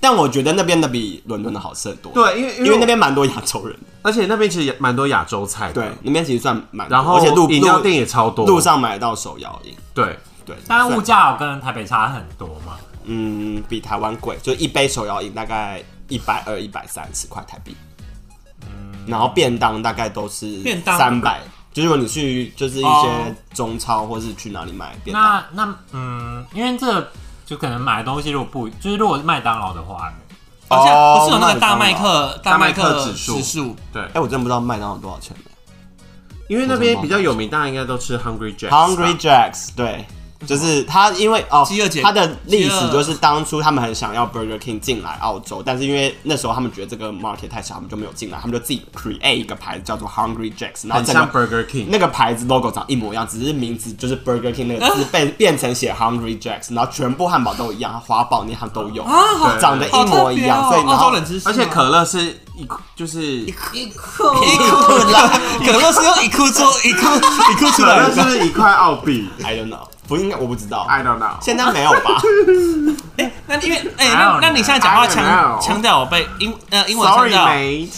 Speaker 4: 但我觉得那边的比伦敦的好吃得多。，
Speaker 2: 对，因为
Speaker 4: 因为那，边蛮多亚洲人，
Speaker 2: 而且那边其实也蛮多亚洲菜的。
Speaker 4: 对，，那边其实算蛮多，
Speaker 2: 然后
Speaker 4: 而且路
Speaker 2: 饮料店
Speaker 4: 路
Speaker 2: 也超多。
Speaker 4: 路上买得到手摇饮，
Speaker 2: 对，
Speaker 4: 对，
Speaker 3: 但
Speaker 4: 算
Speaker 3: 物价有跟台北差很多嘛？
Speaker 4: 嗯比台湾贵，就一杯手摇饮大概一百二、一百三十块台币，然后便当大概都是
Speaker 1: 便当
Speaker 4: 三百。就是如果你去就是一
Speaker 1: 哦
Speaker 4: 些中超或是去哪里买便当，
Speaker 3: 那那嗯，因为这就可能买东西，如果不就是如果是麦当劳的话，
Speaker 4: 哦
Speaker 1: 好像不是有那
Speaker 4: 麦
Speaker 1: 个大
Speaker 4: 当
Speaker 1: 麦
Speaker 4: 劳
Speaker 1: 克
Speaker 2: 大麦
Speaker 1: 麦
Speaker 2: 克
Speaker 1: 克
Speaker 2: 指数
Speaker 1: 数，
Speaker 4: 哎、我真不知道麦当劳多少钱呢
Speaker 2: 因为那边比较有名，大家应该都吃 Hungry Jack。
Speaker 4: Hungry Jacks，对，就是他，因为哦
Speaker 1: 饥饿节，
Speaker 4: 他的历
Speaker 1: 饥
Speaker 4: 史
Speaker 1: 饿
Speaker 4: 就是当初他们很想要 Burger King 进来澳洲，但是因为那时候他们觉得这个 market 太小，他们就没有进来，他们就自己 create 一个牌子叫做 Hungry Jacks，然后
Speaker 2: 很
Speaker 4: 整
Speaker 2: 像
Speaker 4: 个
Speaker 2: Burger King。
Speaker 4: 那个牌子 logo 长一模一样，只是名字就是 Burger King 那个字被变成写 Hungry Jacks，然后全部汉堡都一样，华堡那它都有，
Speaker 1: 啊
Speaker 4: 长得一模一样，所以然
Speaker 1: 哦澳
Speaker 4: 后
Speaker 1: 洲冷知识吗，
Speaker 2: 而且可乐是一就是
Speaker 1: 一库一库啦， 可乐是用一库做一库一库出
Speaker 2: 可
Speaker 1: 来
Speaker 2: 乐
Speaker 1: 的
Speaker 2: 是。不是一块澳币
Speaker 4: I don't know，不应该我不知道，
Speaker 2: ？I don't know。
Speaker 4: 现在没有 吧？
Speaker 1: 哎，那因为哎，
Speaker 3: I don't
Speaker 1: 那
Speaker 3: know
Speaker 1: 那你现在讲话
Speaker 2: I don't
Speaker 1: 腔
Speaker 2: know
Speaker 1: 腔调有被英呃英文腔
Speaker 2: Sorry,
Speaker 1: 调，
Speaker 2: mate。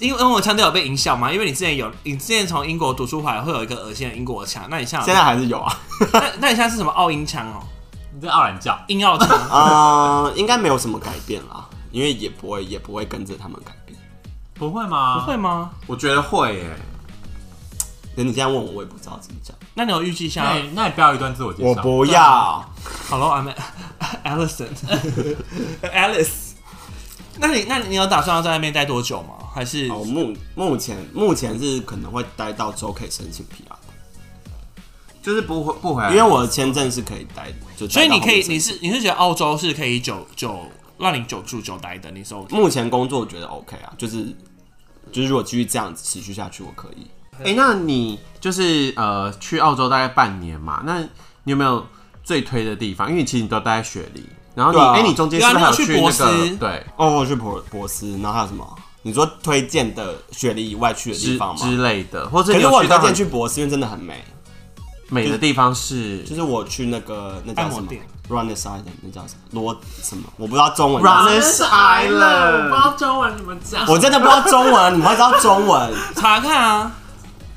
Speaker 1: 英英文腔调有被影响吗？因为你之前有，你之前从英国读书回来会有一个恶心的英国腔，那你现在
Speaker 4: 现在还是有啊。
Speaker 1: 那那你现在是什么澳英腔哦？
Speaker 3: 你这傲然叫，
Speaker 1: 英澳 腔，
Speaker 4: 呃，应该没有什么改变啦，因为也不会也不会跟着他们改变。
Speaker 3: 不会吗？
Speaker 1: 不会啊吗？
Speaker 2: 我觉得会耶、
Speaker 4: 可你这样问我，我也不知道怎么讲。
Speaker 1: 那你有预计一下
Speaker 3: 那你那你不要一段自我介绍。
Speaker 4: 不要，
Speaker 1: ？Hello，I'm Alison，Alice。那你那你有打算要在那边待多久吗？还是
Speaker 4: 哦，目目前目前是可能会待到周可以申请 PR，
Speaker 2: 就是不回不回啊来，
Speaker 4: 因为我的签证是可以待的，就
Speaker 1: 所以你可以
Speaker 4: 待到后面申请
Speaker 1: 你是你是觉得澳洲是可以久久让你久住久待的，你是 OK
Speaker 4: 目前工作我觉得 OK 啊，就是就是如果继续这样子持续下去，我可以。
Speaker 2: 哎、那你就是呃去澳洲大概半年嘛？那你有没有最推的地方？因为其实你都待在雪梨，然后你
Speaker 4: 对啊
Speaker 2: 哎、你中间是不是
Speaker 1: 对
Speaker 2: 还
Speaker 1: 啊你
Speaker 2: 有
Speaker 1: 有去
Speaker 2: 去那
Speaker 1: 博斯
Speaker 2: 个对
Speaker 4: 哦，我去博博斯，然后还有什么？你说推荐的雪梨以外去的地
Speaker 2: 之
Speaker 4: 方吗？
Speaker 2: 之类的，或者
Speaker 4: 可
Speaker 2: 你
Speaker 4: 是
Speaker 2: 有
Speaker 4: 我
Speaker 2: 去
Speaker 4: 很
Speaker 2: 到
Speaker 4: 推
Speaker 2: 很
Speaker 4: 荐去博斯，因为真的很美。
Speaker 2: 美的地方是
Speaker 4: 就是我去那个那叫什
Speaker 1: 按摩
Speaker 4: 么
Speaker 1: 店
Speaker 4: Runners Island，那叫什么罗什么？我不知道中文。
Speaker 2: Runners
Speaker 3: 了，我不知
Speaker 2: Island。
Speaker 3: 道中文怎么讲。
Speaker 4: 我真的不知道中文，你们会知道 中文？
Speaker 1: 查看啊，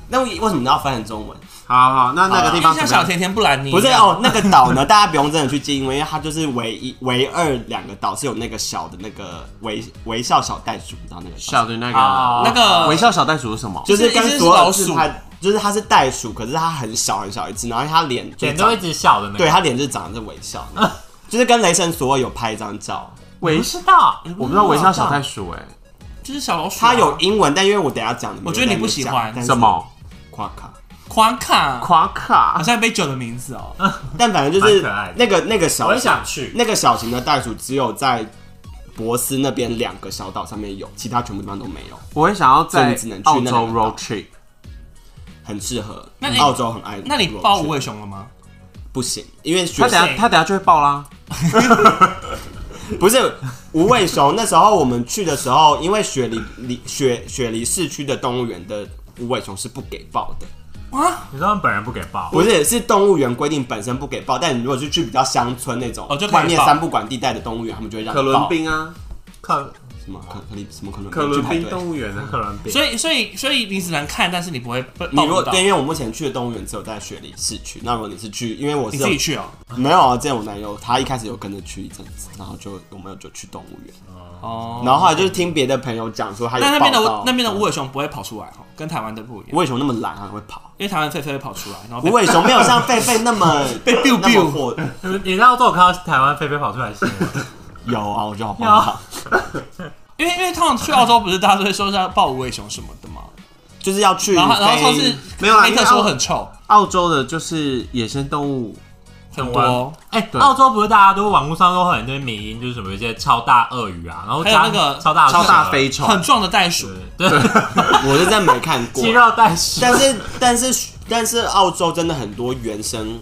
Speaker 4: 那为什么要翻成中文？
Speaker 2: 好好，那那个地
Speaker 1: 就像
Speaker 2: 方怎么
Speaker 1: 小
Speaker 2: 样
Speaker 1: 甜甜布兰妮
Speaker 4: 不是
Speaker 1: 一样
Speaker 4: 哦，那个岛呢，大家不用真的去记，因为它就是唯一唯二两个岛是有那个小的那个微微笑小袋鼠，你知道那个岛
Speaker 2: 小的那
Speaker 3: 哦
Speaker 2: 个
Speaker 1: 那个
Speaker 2: 微笑小袋鼠是什么？
Speaker 4: 就是
Speaker 1: 一
Speaker 4: 跟
Speaker 1: 只
Speaker 4: 所有
Speaker 1: 老
Speaker 4: 是
Speaker 1: 鼠
Speaker 4: 它就是它是袋鼠，可是它很小很小一只，然后它脸就
Speaker 3: 脸
Speaker 4: 长
Speaker 3: 都一直笑的那个。
Speaker 4: 对，它脸就长着微 笑，就是跟雷神索尔有拍一张照。
Speaker 3: 我
Speaker 2: 微
Speaker 3: 不知道。
Speaker 2: 我不知道微笑小袋鼠哎、
Speaker 1: 就是小老鼠啊，
Speaker 4: 它有英文，但因为我等一下讲，
Speaker 1: 我觉得你不喜欢
Speaker 4: 嗯
Speaker 2: 什么
Speaker 4: 夸卡，
Speaker 1: 宽卡，啊
Speaker 2: 夸
Speaker 1: 好
Speaker 2: 卡？
Speaker 1: 像一杯酒的名字哦。
Speaker 4: 但反正就是
Speaker 3: 蛮可爱的
Speaker 4: 那个那个小，
Speaker 3: 我也想去
Speaker 4: 那个小型的袋鼠，只有在博斯那边两个小岛上面有，其他全部地方都没有，
Speaker 2: 我也想要
Speaker 4: 所以
Speaker 2: 在
Speaker 4: 你只能去
Speaker 2: 澳
Speaker 4: 那
Speaker 2: 洲
Speaker 4: 两个岛
Speaker 2: road trip，
Speaker 4: 很适合。
Speaker 1: 那你
Speaker 4: 澳洲很爱，
Speaker 1: 那你抱无尾熊了吗？
Speaker 4: 不行，因为
Speaker 2: 他
Speaker 4: 学
Speaker 2: 等下
Speaker 1: 谁
Speaker 2: 他等下就会爆啦。
Speaker 4: 不是无尾熊。那时候我们去的时候，因为雪梨里雪雪梨市区的动物园的无尾熊是不给抱的，
Speaker 1: 啊，
Speaker 3: 你知道本人不给报，
Speaker 4: 不是是动物园规定本身不给抱，但你如果是去比较乡村那种，
Speaker 1: 哦就可以
Speaker 4: 外面
Speaker 1: 抱
Speaker 4: 三不管地带的动物园，他们就会让你
Speaker 2: 可伦
Speaker 4: 抱
Speaker 2: 冰啊，
Speaker 3: 可
Speaker 4: 什么可可里什么可伦
Speaker 2: 可伦
Speaker 4: 去
Speaker 2: 冰
Speaker 4: 排队
Speaker 2: 动物园啊，
Speaker 3: 可能比
Speaker 1: 所以所以所以你只能看，但是你不会被
Speaker 4: 你
Speaker 1: 抱
Speaker 4: 如果
Speaker 1: 不到。
Speaker 4: 对，因为我目前去的动物园只有在雪梨市区。那如果你是去，因为我是
Speaker 1: 你
Speaker 4: 有
Speaker 1: 自己去哦。
Speaker 4: 没有啊？之前我男友他一开始有跟着去一阵子，然后就我们有就去动物园，
Speaker 1: 哦，
Speaker 4: 然后后来就是听别的朋友讲说他有
Speaker 1: 那那边的
Speaker 4: 报到
Speaker 1: 那边的无尾熊不会跑出来哦，跟台湾的不一
Speaker 4: 无
Speaker 1: 样，
Speaker 4: 尾熊那么懒，啊还会跑。
Speaker 1: 因为台湾狒狒会跑出来，然后被
Speaker 4: 无尾熊没有像狒狒那么
Speaker 1: 哦 被 biu
Speaker 4: 那么
Speaker 1: biu
Speaker 4: 火。
Speaker 3: 你们你知道我看到台湾飞飞跑出来的新闻，
Speaker 4: 有啊，我觉得好荒唐，
Speaker 1: 因为因为通常去澳洲不是大家都会说是要抱无尾熊什么的嘛，
Speaker 4: 就是要去
Speaker 1: 然后然后上
Speaker 4: 飞
Speaker 1: 次
Speaker 2: 没有啦
Speaker 1: 黑特
Speaker 2: 因为澳
Speaker 1: 说很臭，
Speaker 2: 澳洲的就是野生动物
Speaker 1: 很
Speaker 3: 多
Speaker 1: 多，
Speaker 3: 哎、
Speaker 2: 对
Speaker 3: 澳洲不是大家都网络上都很多迷因，就是什么一些超大鳄鱼啊，然后
Speaker 1: 还有
Speaker 3: 加
Speaker 1: 那个
Speaker 3: 超大
Speaker 2: 超大
Speaker 3: 蛇
Speaker 2: 飞虫，
Speaker 1: 很壮的袋鼠，
Speaker 3: 对
Speaker 4: 我是真没看 过
Speaker 3: 肌。肉袋鼠，
Speaker 4: 但是但是但是澳洲真的很多原生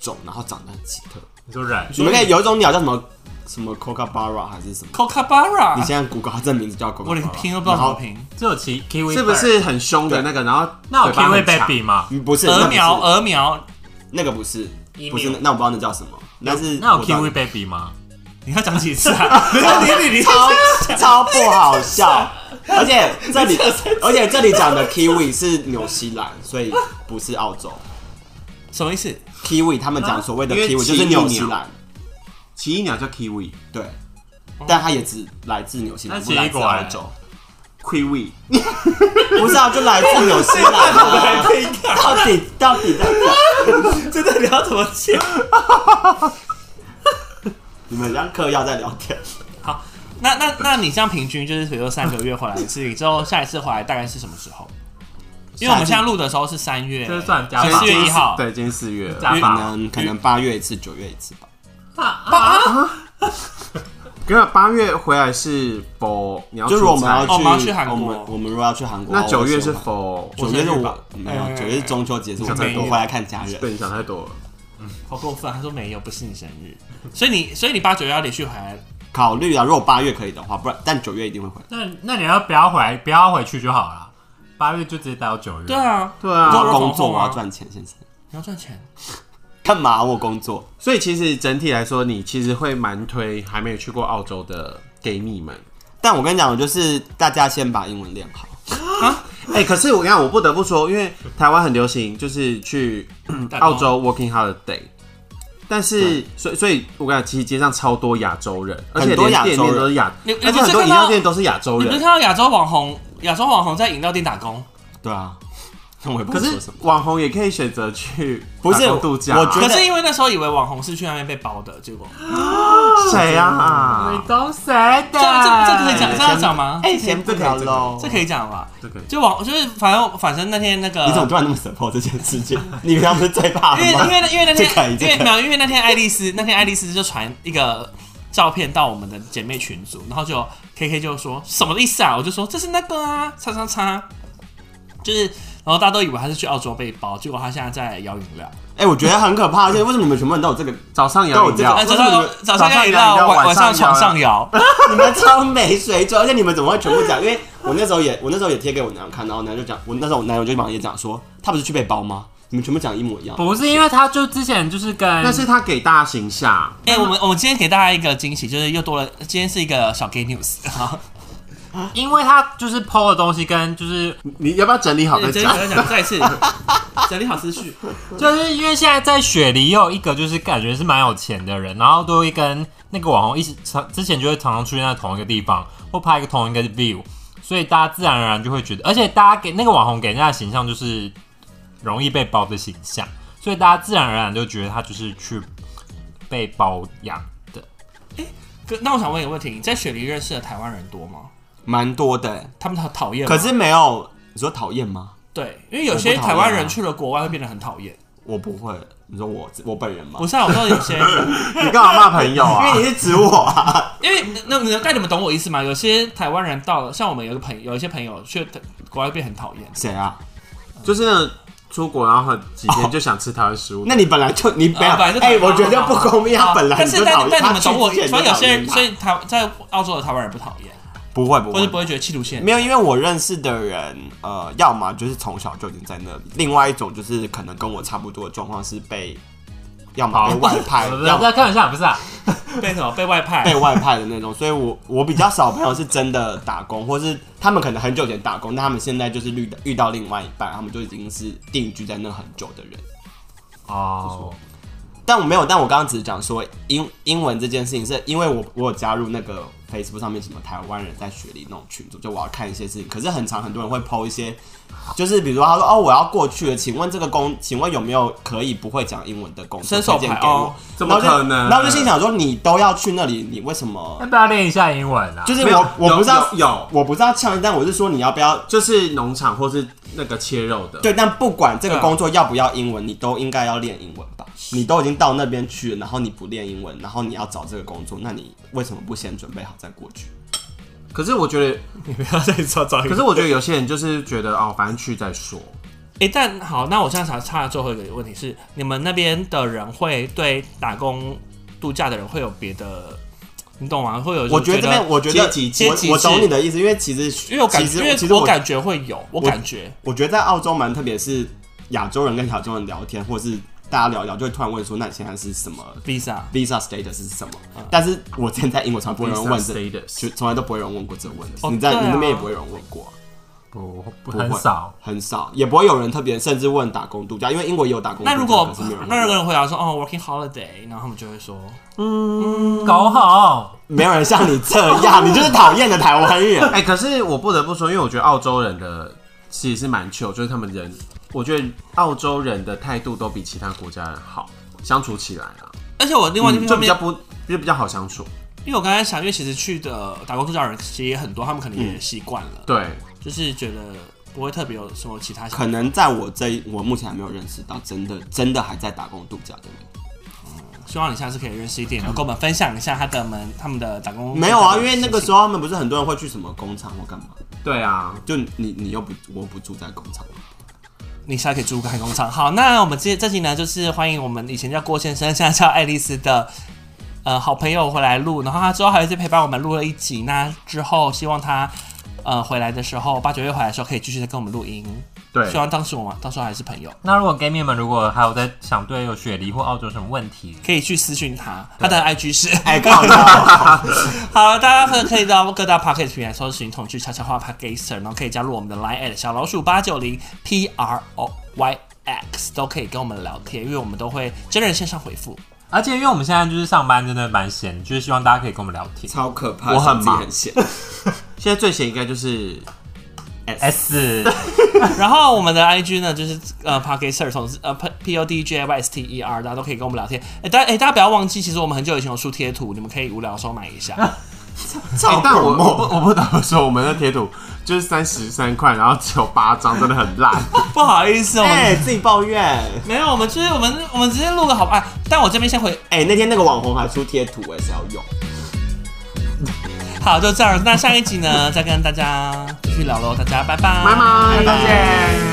Speaker 4: 种，然后长得很奇特。
Speaker 3: 你说 人
Speaker 4: 你们可以有一种鸟叫什么什么 Cocabara 还是什么？
Speaker 1: c o c a b a r
Speaker 4: 你
Speaker 1: a
Speaker 4: 现在 Google 它这名字叫 Coca，
Speaker 1: 我连拼都不知道怎么拼，
Speaker 3: 只有其 kiwi
Speaker 2: 是不
Speaker 3: bird？
Speaker 2: 是很凶的那个？然后
Speaker 3: 那有
Speaker 2: 嘴巴
Speaker 3: kiwi
Speaker 2: 很长
Speaker 3: baby 吗？
Speaker 4: 不是
Speaker 1: 鹅苗
Speaker 4: 呃，
Speaker 1: 鹅苗，
Speaker 4: 那个不是，
Speaker 3: Emu
Speaker 4: 不是，那我不知道那叫什么，但是
Speaker 3: 那有
Speaker 4: 我知道
Speaker 3: kiwi baby 吗？
Speaker 1: 你要讲几次啊？你你你你
Speaker 4: 超超不好笑，而且这里而且这里讲的 Kiwi 是纽西兰，所以不是澳洲
Speaker 1: 什么意思？
Speaker 4: Kiwi，他们讲所谓的
Speaker 2: 因为
Speaker 4: Kiwi 就是
Speaker 2: 奇异鸟
Speaker 4: 纽西兰，
Speaker 2: 奇异鸟叫 kiwi
Speaker 4: 对，但它也只来自纽西兰，
Speaker 3: 那
Speaker 4: 不
Speaker 3: 奇异
Speaker 4: 来自
Speaker 3: 果
Speaker 4: 澳
Speaker 3: 欸
Speaker 4: 洲，
Speaker 2: kiwi，
Speaker 4: 不是啊，就来自纽西兰 啊，到底到底在讲，
Speaker 1: 真的你要怎么接？
Speaker 4: 你们像嗑药在聊天，
Speaker 1: 好，那那那你这样平均就是，比如说三个月回来一次，你之后下一次回来大概是什么时候？因为我们现在录的时候是三月，
Speaker 3: 这是算加
Speaker 1: 4
Speaker 3: 法
Speaker 1: 四月一号
Speaker 2: 对，今天四月了，
Speaker 3: 加
Speaker 4: 可
Speaker 3: 法。
Speaker 4: 能可能八月一次，九月一次吧。
Speaker 3: 啊
Speaker 2: 因为八月回来是 for 你要
Speaker 4: 就是我
Speaker 2: 出
Speaker 4: 们
Speaker 2: 差
Speaker 4: 要去，
Speaker 1: 哦我们要去韩国
Speaker 4: 我们我们如果要去韩国，
Speaker 2: 啊那九月是
Speaker 4: 九
Speaker 2: for
Speaker 4: 月是
Speaker 1: 我
Speaker 4: 我
Speaker 1: 想
Speaker 4: 没有，
Speaker 1: 哎
Speaker 4: 九月是中秋节，是我
Speaker 1: 想
Speaker 4: 我
Speaker 1: 没
Speaker 4: 回来看家人。
Speaker 2: 对，你想太多了。
Speaker 1: 好过分！他说没有，不是你生日，所以你所以你八九月要连续回来，
Speaker 4: 考虑啊，如果八月可以的话，不然但九月一定会回来。
Speaker 3: 那那你要不要回来？不要回去就好了。八月就直接待到九月。
Speaker 1: 对，啊，
Speaker 2: 对
Speaker 1: 你知
Speaker 2: 啊
Speaker 1: 道，
Speaker 4: 我要工作，
Speaker 1: 我要工作
Speaker 4: 我
Speaker 1: 啊
Speaker 4: 要赚钱，先生。
Speaker 1: 你要赚钱，
Speaker 4: 干嘛？我工作，
Speaker 2: 所以其实整体来说，你其实会蛮推还没有去过澳洲的 gay 蜜们。
Speaker 4: 但我跟你讲，我就是大家先把英文练好。
Speaker 2: 哎、可是我跟你讲，我不得不说，因为台湾很流行，就是去嗯
Speaker 1: 打工
Speaker 2: 澳洲 working holiday，但是所以所以我跟你讲，其实街上超多亚洲人，而且
Speaker 4: 很多
Speaker 2: 连
Speaker 4: 亚洲
Speaker 2: 店面
Speaker 4: 人
Speaker 2: 都是亚，
Speaker 1: 你
Speaker 2: 而且
Speaker 1: 你不是
Speaker 2: 很多饮
Speaker 1: 看到
Speaker 2: 料店都是亚洲
Speaker 1: 你不是
Speaker 2: 人
Speaker 1: 看。到亚洲网红亚洲网红在饮料店打工，
Speaker 4: 对啊， 那我也不
Speaker 2: 可
Speaker 4: 能
Speaker 2: 是
Speaker 4: 说什么。
Speaker 2: 网红也可以选择去
Speaker 4: 不是
Speaker 2: 打工度假啊，
Speaker 4: 我觉
Speaker 1: 可
Speaker 4: 得
Speaker 1: 是因为那时候以为网红是去那边被包的，结果
Speaker 2: 谁啊？
Speaker 3: 都谁的？
Speaker 1: 这这这可以讲，
Speaker 2: 哎
Speaker 1: 这要讲吗？
Speaker 4: 啊哎，先不聊喽，
Speaker 1: 这可以讲吧？
Speaker 2: 这个
Speaker 1: 就网就是反正反正那天那个，
Speaker 4: 你怎么突然那么 support 这件事情？ 你平常不是最怕
Speaker 1: 因为因
Speaker 4: 的吗？
Speaker 1: 为那因为那
Speaker 4: 这可以
Speaker 1: 天
Speaker 4: 这
Speaker 1: 因
Speaker 4: 可以
Speaker 1: 为没有因为那天爱丽丝那天爱丽丝就传一个照片到我们的姐妹群组，然后就 K K 就说什么意思啊？我就说这是那个啊，叉叉叉，就是然后大家都以为他是去澳洲被包，结果他现在在摇饮料，
Speaker 4: 哎，我觉得很可怕，而且为什么你们全部人都有这个？
Speaker 2: 早上有饮料
Speaker 4: 对
Speaker 1: 哎，早
Speaker 4: 我，为什
Speaker 1: 上
Speaker 4: 么
Speaker 1: 早上摇饮
Speaker 2: 早上摇饮
Speaker 1: 料，
Speaker 2: 料
Speaker 1: 晚
Speaker 2: 晚上
Speaker 1: 上床
Speaker 2: 摇
Speaker 1: 上摇，
Speaker 4: 你们超没水准，而且你们怎么会全部讲？因为我那时候也，我那时候也贴给我男友看，然后我男友就讲，我那时候我男友就忙也讲说，他不是去被包吗？你们全部讲一模一样。
Speaker 3: 不是因为他就之前就是跟，
Speaker 2: 但是他给大家形象，
Speaker 1: 哎、我们我们今天给大家一个惊喜，就是又多了，今天是一个小 gay news 好。
Speaker 3: 因为他就是 PO 的东西跟就是
Speaker 2: 你你要不要整理好再讲？
Speaker 1: 再讲，再一次整理好思绪。
Speaker 3: 就是因为现在在雪梨又有一个就是感觉是蛮有钱的人，然后都会跟那个网红一起，常之前就会常常出现在同一个地方，或拍一个同一个 view，所以大家自然而然就会觉得，而且大家给那个网红给人家的形象就是容易被包的形象，所以大家自然而然就觉得他就是去被包养的。
Speaker 1: 可那我想问一个问题：你在雪梨认识的台湾人多吗？
Speaker 4: 蛮多的、
Speaker 1: 他们讨讨厌吗？
Speaker 4: 可是没有。你说讨厌吗？
Speaker 1: 对，因为有些台湾人
Speaker 4: 我不讨厌啊
Speaker 1: 去了国外会变得很讨厌。
Speaker 4: 我不会。你说我我本人吗
Speaker 1: 不？是啊，我说有些，
Speaker 2: 你干嘛骂朋友啊
Speaker 4: 因？为 你是指我啊。
Speaker 1: 因为那那但你们懂我意思吗？有些台湾人到了，像我们有一个朋友，有一些朋友去国外变很讨厌。
Speaker 4: 谁啊？
Speaker 2: 就是那种出国然后很几天就想吃台湾食物，
Speaker 4: 那你本来就你没有
Speaker 1: 啊本来就讨
Speaker 4: 哎、
Speaker 1: 厌啊
Speaker 4: 我觉得不公平，他本来
Speaker 1: 但
Speaker 4: 就是讨
Speaker 1: 但
Speaker 4: 厌
Speaker 1: 但你
Speaker 4: 他
Speaker 1: 们懂我，
Speaker 4: 去之前
Speaker 1: 所以
Speaker 4: 就
Speaker 1: 有
Speaker 4: 讨
Speaker 1: 些
Speaker 4: 厌
Speaker 1: 人，
Speaker 4: 他
Speaker 1: 所以台在澳洲的台湾人不讨厌，
Speaker 4: 不会不
Speaker 1: 或是
Speaker 4: 会
Speaker 1: 不会觉得企图心很
Speaker 4: 没有，因为我认识的人，呃，要么就是从小就已经在那里，另外一种就是可能跟我差不多的状况是被，要么被外 派，
Speaker 3: 不是
Speaker 4: 要
Speaker 3: 不
Speaker 4: 么
Speaker 3: 是哎开玩笑，不是啊，
Speaker 1: 被什么被外派
Speaker 4: 被外派的那种。所以我我比较少朋友是真的打工，或是他们可能很久以前打工，但他们现在就是遇到遇到另外一半，他们就已经是定居在那很久的人。
Speaker 3: 哦，
Speaker 4: 但我没有，但我刚刚只是讲说英英文这件事情，是因为我我有加入那个 Facebook 上面什么台湾人在雪梨那种群组，就我要看一些事情。可是很长，很多人会 PO 一些，就是比如说他说哦我要过去了，请问这个工，请问有没有可以不会讲英文的工作
Speaker 1: 伸手
Speaker 4: 推荐
Speaker 1: 牌
Speaker 4: 给我
Speaker 1: 哦？，
Speaker 2: 怎么可能？
Speaker 4: 然后我就心想说你都要去那里，你为什么
Speaker 3: 要？不要练一下英文啊？
Speaker 4: 就是
Speaker 2: 没有
Speaker 4: 我我
Speaker 2: 有
Speaker 4: 不知道
Speaker 2: 有有
Speaker 4: 我不知道呛，但我是说你要不要？
Speaker 2: 就是农场或是那个切肉的，
Speaker 4: 对，但不管这
Speaker 1: 对
Speaker 4: 个
Speaker 1: 啊
Speaker 4: 工作要不要英文，你都应该要练英文吧？你都已经到那边去了，然后你不练英文，然后你要找这个工作，那你为什么不先准备好再过去？
Speaker 2: 可是我觉得，
Speaker 1: 你不要再找找一
Speaker 2: 可是我觉得有些人就是觉得哦，反正去再说。
Speaker 1: 哎、但好，那我现在想插的最后一个问题是，你们那边的人会对打工度假的人会有别的，你懂吗？会有
Speaker 4: 我觉得这边，我觉得
Speaker 1: 阶级阶级
Speaker 4: 我我
Speaker 1: 制
Speaker 4: 懂你的意思，因为其实
Speaker 1: 因为我感
Speaker 4: 其实
Speaker 1: 觉，因为
Speaker 4: 其实我
Speaker 1: 我感觉会有，我感觉
Speaker 4: 我觉得在澳洲蛮特别，是亚洲人跟亚洲人聊天，或是大家聊一聊，就会突然问说，那你现在是什么
Speaker 1: visa
Speaker 4: visa status 是什么？但是我之前在英国从来不会有人问
Speaker 2: Visa
Speaker 4: 这，
Speaker 2: status
Speaker 4: 就从来都不会有人问过这个问题。
Speaker 1: 哦
Speaker 4: 你在
Speaker 1: 对啊
Speaker 4: 你那边也不会有人问过啊，
Speaker 3: 不不
Speaker 4: 不会
Speaker 3: 很少，
Speaker 4: 很少，也不会有人特别甚至问打工度假，因为英国也有打工度假，
Speaker 1: 那如果
Speaker 4: 可是没有人问嗯
Speaker 1: 那如果有人回答说哦 working holiday，然后他们就会说，
Speaker 3: 搞好。
Speaker 4: 没有人像你这样，你就是讨厌的台湾人。
Speaker 2: 哎、可是我不得不说，因为我觉得澳洲人的其实是蛮 chill，就是他们人，我觉得澳洲人的态度都比其他国家人好，相处起来啊，
Speaker 1: 而且我另外一
Speaker 2: 嗯、就
Speaker 1: 方
Speaker 2: 比
Speaker 1: 面，
Speaker 2: 较不就比较好相处。
Speaker 1: 因为我刚才想，因为其实去的打工度假的人其实也很多，他们可能
Speaker 4: 嗯
Speaker 1: 也习惯了，
Speaker 2: 对，
Speaker 1: 就是觉得不会特别有什么其他想
Speaker 4: 可能在我这一，我目前还没有认识到真的真的还在打工度假的人。
Speaker 1: 希望你下次可以认识一点，然后跟我们分享一下他的们他们的打工。
Speaker 4: 没有啊，因为那个时
Speaker 1: 候
Speaker 4: 候他们不是很多人会去什么工厂或干嘛？
Speaker 2: 对啊，
Speaker 4: 就你你又不我又不住在工厂，
Speaker 1: 你现在可以住干工厂。好，那我们这这集呢，就是欢迎我们以前叫郭先生，现在叫爱丽丝的。呃，好朋友回来录，然后他之后还是陪伴我们录了一集。那之后希望他呃回来的时候，八九月回来的时候可以继续再跟我们录音。
Speaker 2: 对
Speaker 1: 希，望当时我们到时候还是朋友，
Speaker 3: 那如果 gay 蜜们如果还有在想对有雪梨或澳洲什么问题，
Speaker 1: 可以去私讯他，他的 IG 是。
Speaker 4: 哎，靠腰！
Speaker 1: 好，大家可可以到各大 podcast 平台搜寻“同志悄悄话 podcaster”，然后可以加入我们的 line at 小老鼠八九零 p r o y x，都可以跟我们聊天，因为我们都会真人线上回复。
Speaker 3: 而啊且因为我们现在就是上班真的蛮闲，就是希望大家可以跟我们聊天。
Speaker 4: 超可怕，
Speaker 2: 我很忙
Speaker 4: 自己很闲。
Speaker 2: 现在最闲应该就是
Speaker 3: S
Speaker 1: 然后我们的 IG 呢，就是呃 p o c k e t Search 同呃 P P O D J Y S T E R，大家都可以跟我们聊天。哎，大家哎大家不要忘记，其实我们很久以前有出贴图，你们可以无聊的时候买一下。
Speaker 4: 哦
Speaker 2: 欸但我我不我不得不说，我们的贴图就是三十三块，然后只有八张，真的很烂。
Speaker 1: 不好意思，我们、
Speaker 4: 哎、自己抱怨。
Speaker 1: 没有，我们就是我们我们直接录个好吧。哎但我这边先回，
Speaker 4: 哎、那天那个网红还出贴图哎、小勇。
Speaker 1: 好就这样。那下一集呢，再跟大家继续聊喽，大家拜拜，
Speaker 2: 拜拜，
Speaker 4: 拜
Speaker 2: 再见。